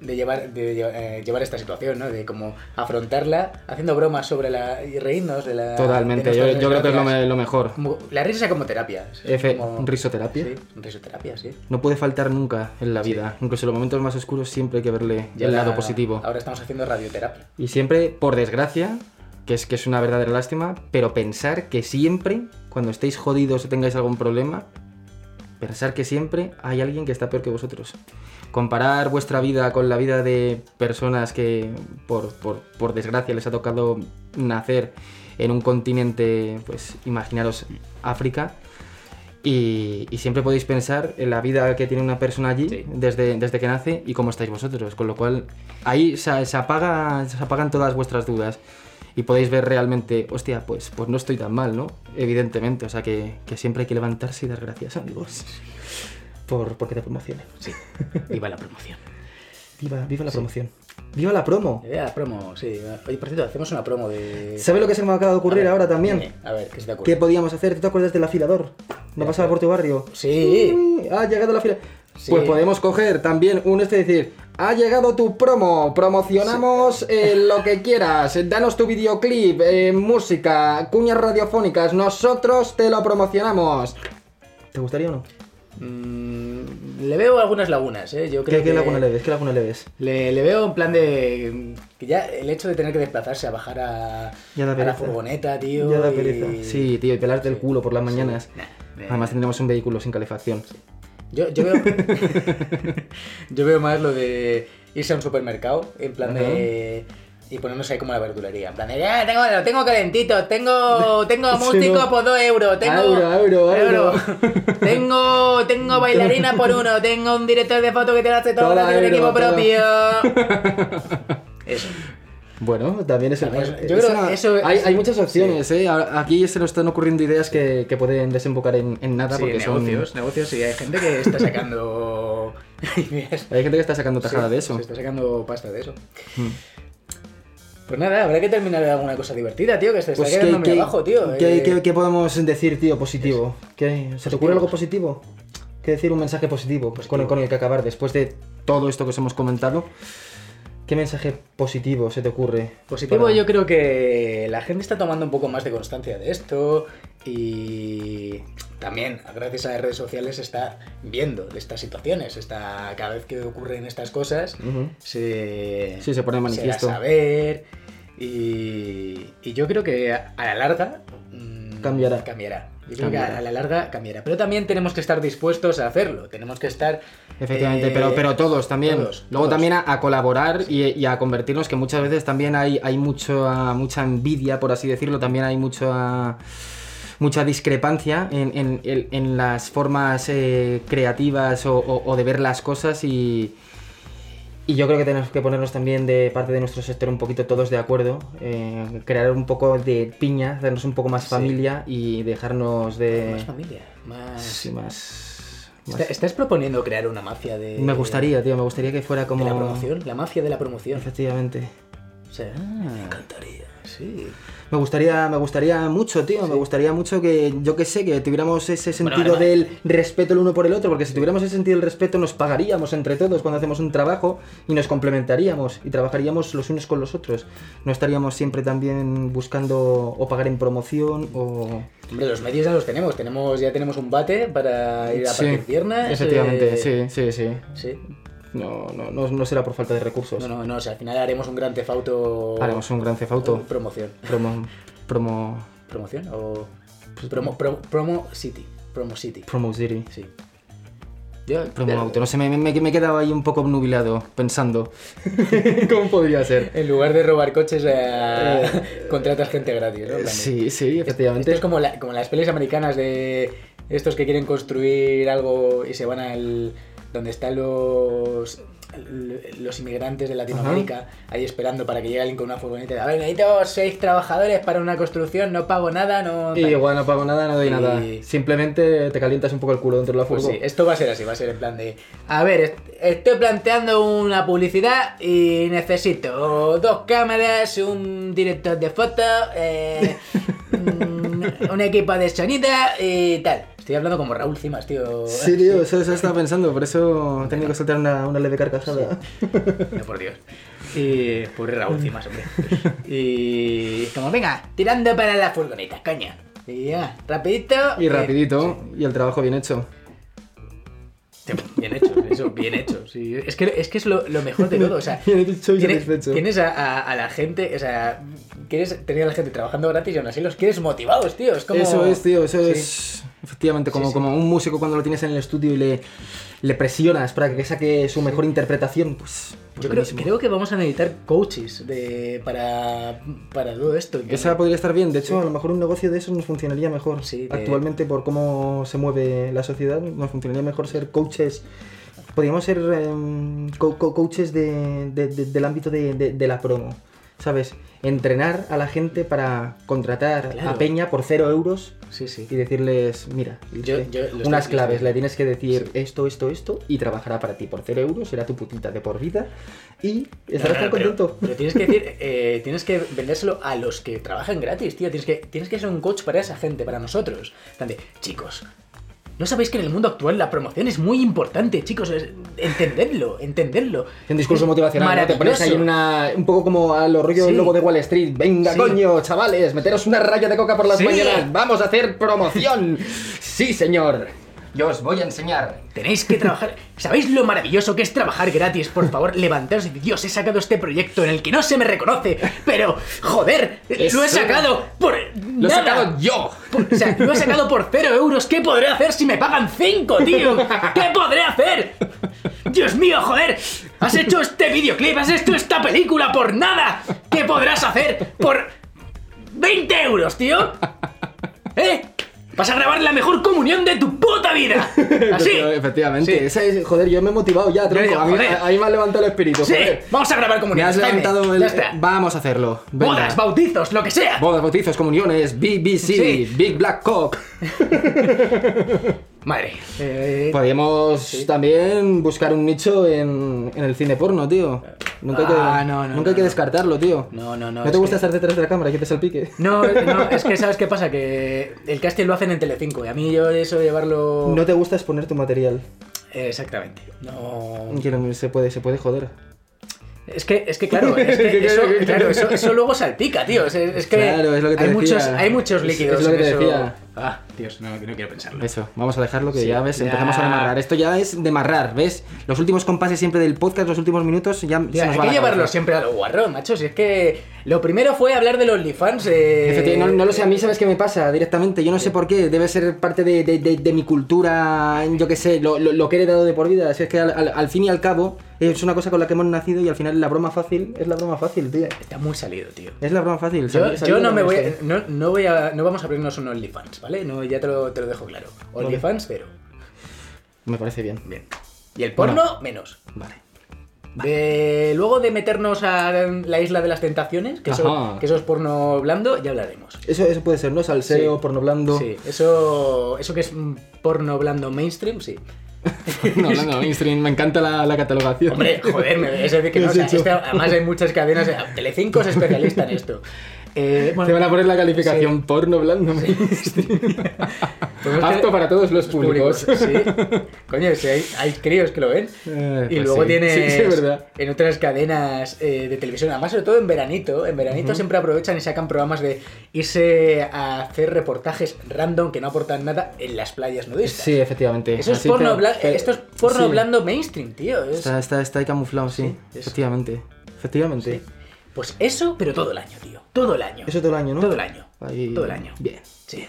de llevar, de lleva- eh, llevar esta situación, ¿no? De como afrontarla haciendo bromas sobre la. y reírnos de la. Totalmente, de yo, nuestras yo creo que es lo, desgracias. me- lo mejor. Como- la risa como terapia. es F, como- risoterapia. Sí, risoterapia, sí. No puede faltar nunca en la vida. Incluso en los momentos más oscuros siempre hay que verle el lado ahora- positivo. Ahora estamos haciendo radioterapia. Y siempre, por desgracia, que es que es una verdadera lástima, pero pensar que siempre, cuando estéis jodidos o tengáis algún problema, pensar que siempre hay alguien que está peor que vosotros. Comparar vuestra vida con la vida de personas que, por, por- por desgracia, les ha tocado nacer en un continente, pues imaginaros África, y, y siempre podéis pensar en la vida que tiene una persona allí Sí. desde, desde que nace y cómo estáis vosotros. Con lo cual, ahí se, se apaga, se apagan todas vuestras dudas y podéis ver realmente, hostia, pues, pues no estoy tan mal, ¿no? Evidentemente, o sea que, que siempre hay que levantarse y dar gracias, amigos, por porque te promocionen. (laughs) Sí. Viva la promoción. Viva, viva la promoción. ¡Viva la promo! Viva la promo, sí. Oye, por cierto, hacemos una promo de. ¿Sabes lo que se me acaba de ocurrir A ver, ahora también? dime, pues. A ver, ¿qué se te ¿Qué ocurre? podíamos hacer? ¿Tú te acuerdas del afilador? ¿No pasaba por tu barrio? Sí. Mm, Ha llegado la fila. Sí. Pues podemos coger también un este y decir, ha llegado tu promo, promocionamos eh, lo que quieras, danos tu videoclip, eh, música, cuñas radiofónicas, nosotros te lo promocionamos. ¿Te gustaría o no? Mm, le veo algunas lagunas, ¿eh? Yo creo ¿Qué, que. qué laguna le ves? ¿Qué laguna le ves? Le, le veo en plan de. mm, Que ya el hecho de tener que desplazarse a bajar a, Ya da a la pereza. furgoneta, tío. Ya da y- pereza. Sí, tío, y pelarte el culo por las mañanas. Nah, eh, Además tendremos un vehículo sin calefacción. Yo, yo (laughs) veo. yo veo más lo de irse a un supermercado, en plan de. Y ponernos ahí como la verdulería. En plan de. "Ah, tengo, lo tengo calentito, (laughs) tengo. Tengo músico no. por 2 euros, tengo. Euro, euro, euro. (laughs) tengo. Tengo bailarina por uno, tengo un director de foto que te lo hace todo Todo gratis, un euro, equipo (laughs) todo. propio. Eso. Bueno, también es el También caso. es- Yo es creo una- que hay, es- hay muchas opciones, sí. ¿eh? A- Aquí se nos están ocurriendo ideas que, que pueden desembocar en, en nada Sí, porque negocios, son. negocios. Y hay gente que está sacando (laughs) ideas. Hay gente que está sacando tajada Sí, de eso. Se está sacando pasta de eso. Mm. Pues nada, habrá que terminar en alguna cosa divertida, tío, que se está Pues, quedando muy abajo, tío. qué- eh. qué- qué podemos decir, tío, positivo? ¿Qué? ¿Se te Positivo. ocurre algo positivo? ¿Qué decir un mensaje positivo? Pues con, el- con el que acabar después de todo esto que os hemos comentado. ¿Qué mensaje positivo se te ocurre? Positivo, para- yo creo que la gente está tomando un poco más de constancia de esto y también gracias a las redes sociales se está viendo de estas situaciones. Está, cada vez que ocurren estas cosas Ujú. se, Sí, se pone de manifiesto. da a saber y, y yo creo que a a la larga mm, Cambiará. Cambiará. Yo creo que Cambiará. a- a la larga cambiará. Pero también tenemos que estar dispuestos a hacerlo. Tenemos que estar... Efectivamente, eh, pero, pero todos también. todos, Luego todos. también a, a colaborar y, y a convertirnos, que muchas veces también hay, hay mucho, mucha envidia, por así decirlo, también hay mucha mucha discrepancia en, en- en- en las formas eh, creativas o, o- o de ver las cosas y, y yo creo que tenemos que ponernos también de parte de nuestro sector un poquito todos de acuerdo, eh, crear un poco de piña, hacernos un poco más Sí. familia y dejarnos de... Más familia. Este, Más... Eh, sí, más- Está- más- ¿Estás proponiendo crear una mafia de. Me gustaría, tío, me gustaría que fuera como... Eh, Ah. De la promoción, la mafia de la promoción. Efectivamente. O sea, me encantaría. Sí. Me gustaría, me gustaría mucho, tío. Me gustaría mucho que, yo qué sé, que tuviéramos ese sentido además- del respeto el uno por el otro, porque si tuviéramos ese sentido del respeto nos pagaríamos entre todos cuando hacemos un trabajo y nos complementaríamos y trabajaríamos los unos con los otros. No estaríamos siempre también buscando o pagar en promoción o... Hombre, los medios ya los tenemos. tenemos ya tenemos un bate para ir a Sí, partir piernas. Efectivamente, eh, sí, sí, sí. Sí. No, no, no, no será por falta de recursos. No, no, no. o sea, al final haremos un gran tefauto. Haremos un gran cefauto. Promoción. Promo... Promo... ¿Promoción? O. Pues, mm. Promo, pro- promo City. Promo City. Promo City. Sí. Yo. eh, Promo de- auto, no sé, me, me, me he quedado ahí un poco nubilado (laughs) pensando cómo podría ser. En lugar de robar coches, eh, (laughs) contratas gente gratis, ¿no? En plan de- Sí, sí, Esto efectivamente. es como, la- como las pelis americanas de estos que quieren construir algo y se van al. donde están los. los inmigrantes de Latinoamérica, ahí esperando para que llegue alguien con una furgoneta. A ver, necesito seis trabajadores para una construcción, no pago nada, no. Y tal". igual no pago nada, no doy Y- nada. Simplemente te calientas un poco el culo dentro de la Pues furgo. sí, esto va a ser así, va a ser en plan de. A ver, est- estoy planteando una publicidad y necesito dos cámaras, un director de foto, eh, mm, un equipo de sonido y tal. Estoy hablando como Raúl Cimas, tío. Sí, tío, eso, eso estaba pensando, por eso he tenido que soltar una, una leve carcajada. (laughs) No, por Dios. Y pobre Raúl Cimas, hombre. Y como, venga, tirando para la furgoneta, coño. Y ya, rapidito. Y eh, rapidito, y el trabajo bien hecho. Sí, Bien hecho, eso, bien hecho. sí. Es, que, es que es lo, lo mejor de todo. O sea, (laughs) Bien hecho y tiene- satisfecho. tienes a, a- a la gente, o sea, quieres tener a la gente trabajando gratis y aún así los quieres motivados, tío. Es como... Eso es, tío, eso Sí. es. Efectivamente, como, Sí, sí. como un músico cuando lo tienes en el estudio y le, le presionas para que saque su mejor interpretación, pues. pues Yo lo creo, mismo. creo que vamos a necesitar coaches de, para, para todo esto. Esa podría estar bien, de hecho, a lo mejor un negocio de esos nos funcionaría mejor. Sí, de- Actualmente, por cómo se mueve la sociedad, nos funcionaría mejor ser coaches. Podríamos ser em, co- co- coaches de- de- de- del ámbito de, de- de la promo, ¿sabes? Entrenar a la gente para contratar Claro. a Peña por cero euros Sí, sí. y decirles, mira, Yo- este, yo lo unas estoy- claves, estoy- le tienes que decir esto, esto, esto, y trabajará para ti por cero euros, será tu putita de por vida y estarás No, no, tan no, contento. Pero, pero tienes que decir, eh, tienes que vendérselo a los que trabajan gratis, tío. Tienes que, tienes que ser un coach para esa gente, para nosotros. En plan de, chicos, ¿no sabéis que en el mundo actual la promoción es muy importante, chicos? Es- entendedlo, entendedlo. Es un discurso Es motivacional, ¿no? Te pones ahí en maravilloso. Ah, una, un poco como a los rollos Sí. lobo de Wall Street. Venga, Sí. coño, chavales, meteros una raya de coca por las Sí. mañanas. Vamos a hacer (laughs) promoción. sí, señor. Yo os voy a enseñar. Tenéis que trabajar. ¿Sabéis lo maravilloso que es trabajar gratis? Por favor, levantaos y decid, Dios, he sacado este proyecto en el que no se me reconoce, pero, joder, Es lo he una- sacado por. Lo he nada". sacado yo. Por- o sea, lo he sacado por cero euros. ¿Qué podré hacer si me pagan cinco, tío? ¿Qué podré hacer? Dios mío, joder. Has hecho este videoclip, has hecho esta película por nada. ¿Qué (laughs) podrás hacer por 20 euros, tío? ¿Eh? Vas a grabar la mejor comunión de tu puta (laughs) vida. Así. Efectiva- Efectivamente. Sí. Esa es- joder, yo me he motivado ya, tronco. digo, a, mí, joder. a- a mí me ha levantado el espíritu. Sí, joder. vamos a grabar Me comuniones. has Jaime, levantado el. ya está. Vamos a hacerlo. Venga. Bodas, bautizos, lo que sea. Bodas, bautizos, comuniones, BBC, Sí. Big Black Cock. Madre. Eh, Podríamos también buscar un nicho en, en el cine porno, tío. Nunca hay que, Ah, no, no, nunca no, hay que no. descartarlo, tío. No, no, no, ¿No es te gusta que- estar detrás de la cámara y que te salpique? No, no, es (laughs) que sabes qué pasa, que el casting lo hacen en Telecinco y a mí yo eso de llevarlo... No te gusta exponer tu material. Eh, Exactamente. No... Que no- se, puede, se puede joder. Es que, es que (laughs) claro, es que eso, claro, eso, eso luego salpica, tío. Es, es que, Claro, es lo que te hay, decía. muchos, hay muchos Es- líquidos. es lo que en te eso. decía. Ah, Dios, no, no quiero pensarlo. Eso, vamos a dejarlo que Sí, ya ves, ya. empezamos a demarrar. Esto ya es demarrar, ¿ves? Los últimos compases siempre del podcast, los últimos minutos, Tío, ya se nos hay va que la llevarlo cabeza. siempre a lo guarro, macho. Si es que lo primero fue hablar de los OnlyFans. eh, Efectivamente, no, no lo sé, a mí sabes qué me pasa directamente, yo no sé por qué, debe ser parte de, de- de- de mi cultura, yo qué sé, lo, lo- lo que he heredado de por vida, si es que al, al- al fin y al cabo es una cosa con la que hemos nacido y al final la broma fácil es la broma fácil, tío. Está muy salido, tío. Es la broma fácil. este, Yo, sal- yo saliendo no me con voy, esto. no, no voy a, no vamos a abrirnos un OnlyFans, ¿vale? No, ya te lo, te lo dejo claro. OnlyFans cero, Me parece bien. bien. Y el porno menos. Vale. De, luego de meternos a la isla de las tentaciones, que eso, Ajá. que eso es porno blando, ya hablaremos. Eso, eso puede ser, ¿no? Salseo, Sí. porno blando. (laughs) Sí, eso, eso que es un porno blando mainstream, (laughs) sí. Porno (laughs) blando, mainstream, me encanta la, la catalogación. Hombre, joder, me- es decir, que no, Has o sea, hecho. este- además hay muchas cadenas, eh, Telecinco es especialista (laughs) en esto. Eh, bueno, Te van a poner la calificación porno blando. (laughs) Tenemos pues que- Apto para todos los públicos. (laughs) sí. Coño, si hay, hay críos que lo ven. Eh, y pues luego sí. (laughs) tienes Sí, sí, es verdad. en otras cadenas eh, de televisión, además sobre todo en veranito, en veranito siempre aprovechan y sacan programas de irse a hacer reportajes random que no aportan nada en las playas nudistas. Sí, efectivamente. Eso es Así porno, te- bla- te- esto es porno sí. blando mainstream, tío. es- Está, está, está ahí camuflado, sí. Sí, es- Efectivamente. Efectivamente. Pues eso, pero todo el año, tío. Todo el año. Eso todo el año, ¿no? Todo el año. Ahí- Todo el año. Bien. Sí.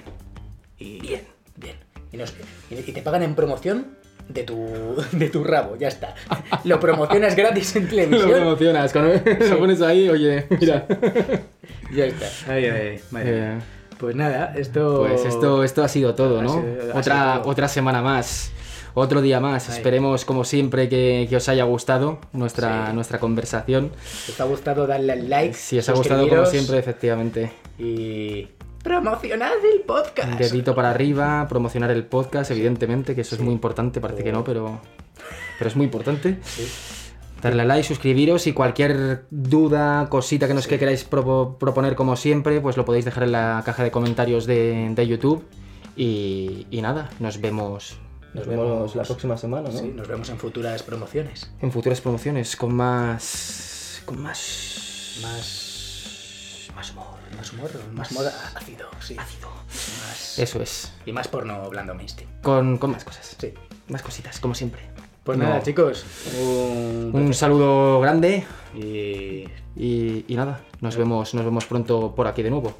Y bien, bien. Y, nos- y- y te pagan en promoción de tu, (laughs) de tu rabo, ya está. Lo promocionas gratis en (laughs) (laughs) Lo televisión. promocionas. Cuando (laughs) lo pones ahí, oye, mira. ya está. Ay, ay, Eh, Pues nada, esto. Pues esto, esto ha sido todo, Ha ¿no? sido- ha otra, sido todo. otra semana más. Otro día más. Ahí. Esperemos, como siempre, que, que os haya gustado nuestra, Sí. nuestra conversación. Si os ha gustado, darle al like. Si os ha gustado, como suscribiros siempre, efectivamente. Y. Promocionad el podcast. Dedito para arriba, promocionar el podcast, evidentemente, que eso es muy importante, parece que no, pero, pero es muy importante. Darle a like, suscribiros y cualquier duda, cosita que nos que queráis propo- proponer como siempre, pues lo podéis dejar en la caja de comentarios de, de YouTube. Y, y nada, nos vemos. Nos vemos la próxima semana, Sí, nos vemos en futuras promociones. En futuras promociones, con más. con más. Más. Más humor. Más humor. Más, humor ácido, sí. Ácido. Más... Eso es. Y más porno blando mainstream. Con, con más cosas. Sí. Más cositas, como siempre. Pues No. nada, chicos. Un... Un saludo grande. Y. Y, y nada, nos vemos, nos vemos pronto por aquí de nuevo.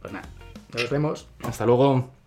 Pues nada. Nos vemos. Hasta luego.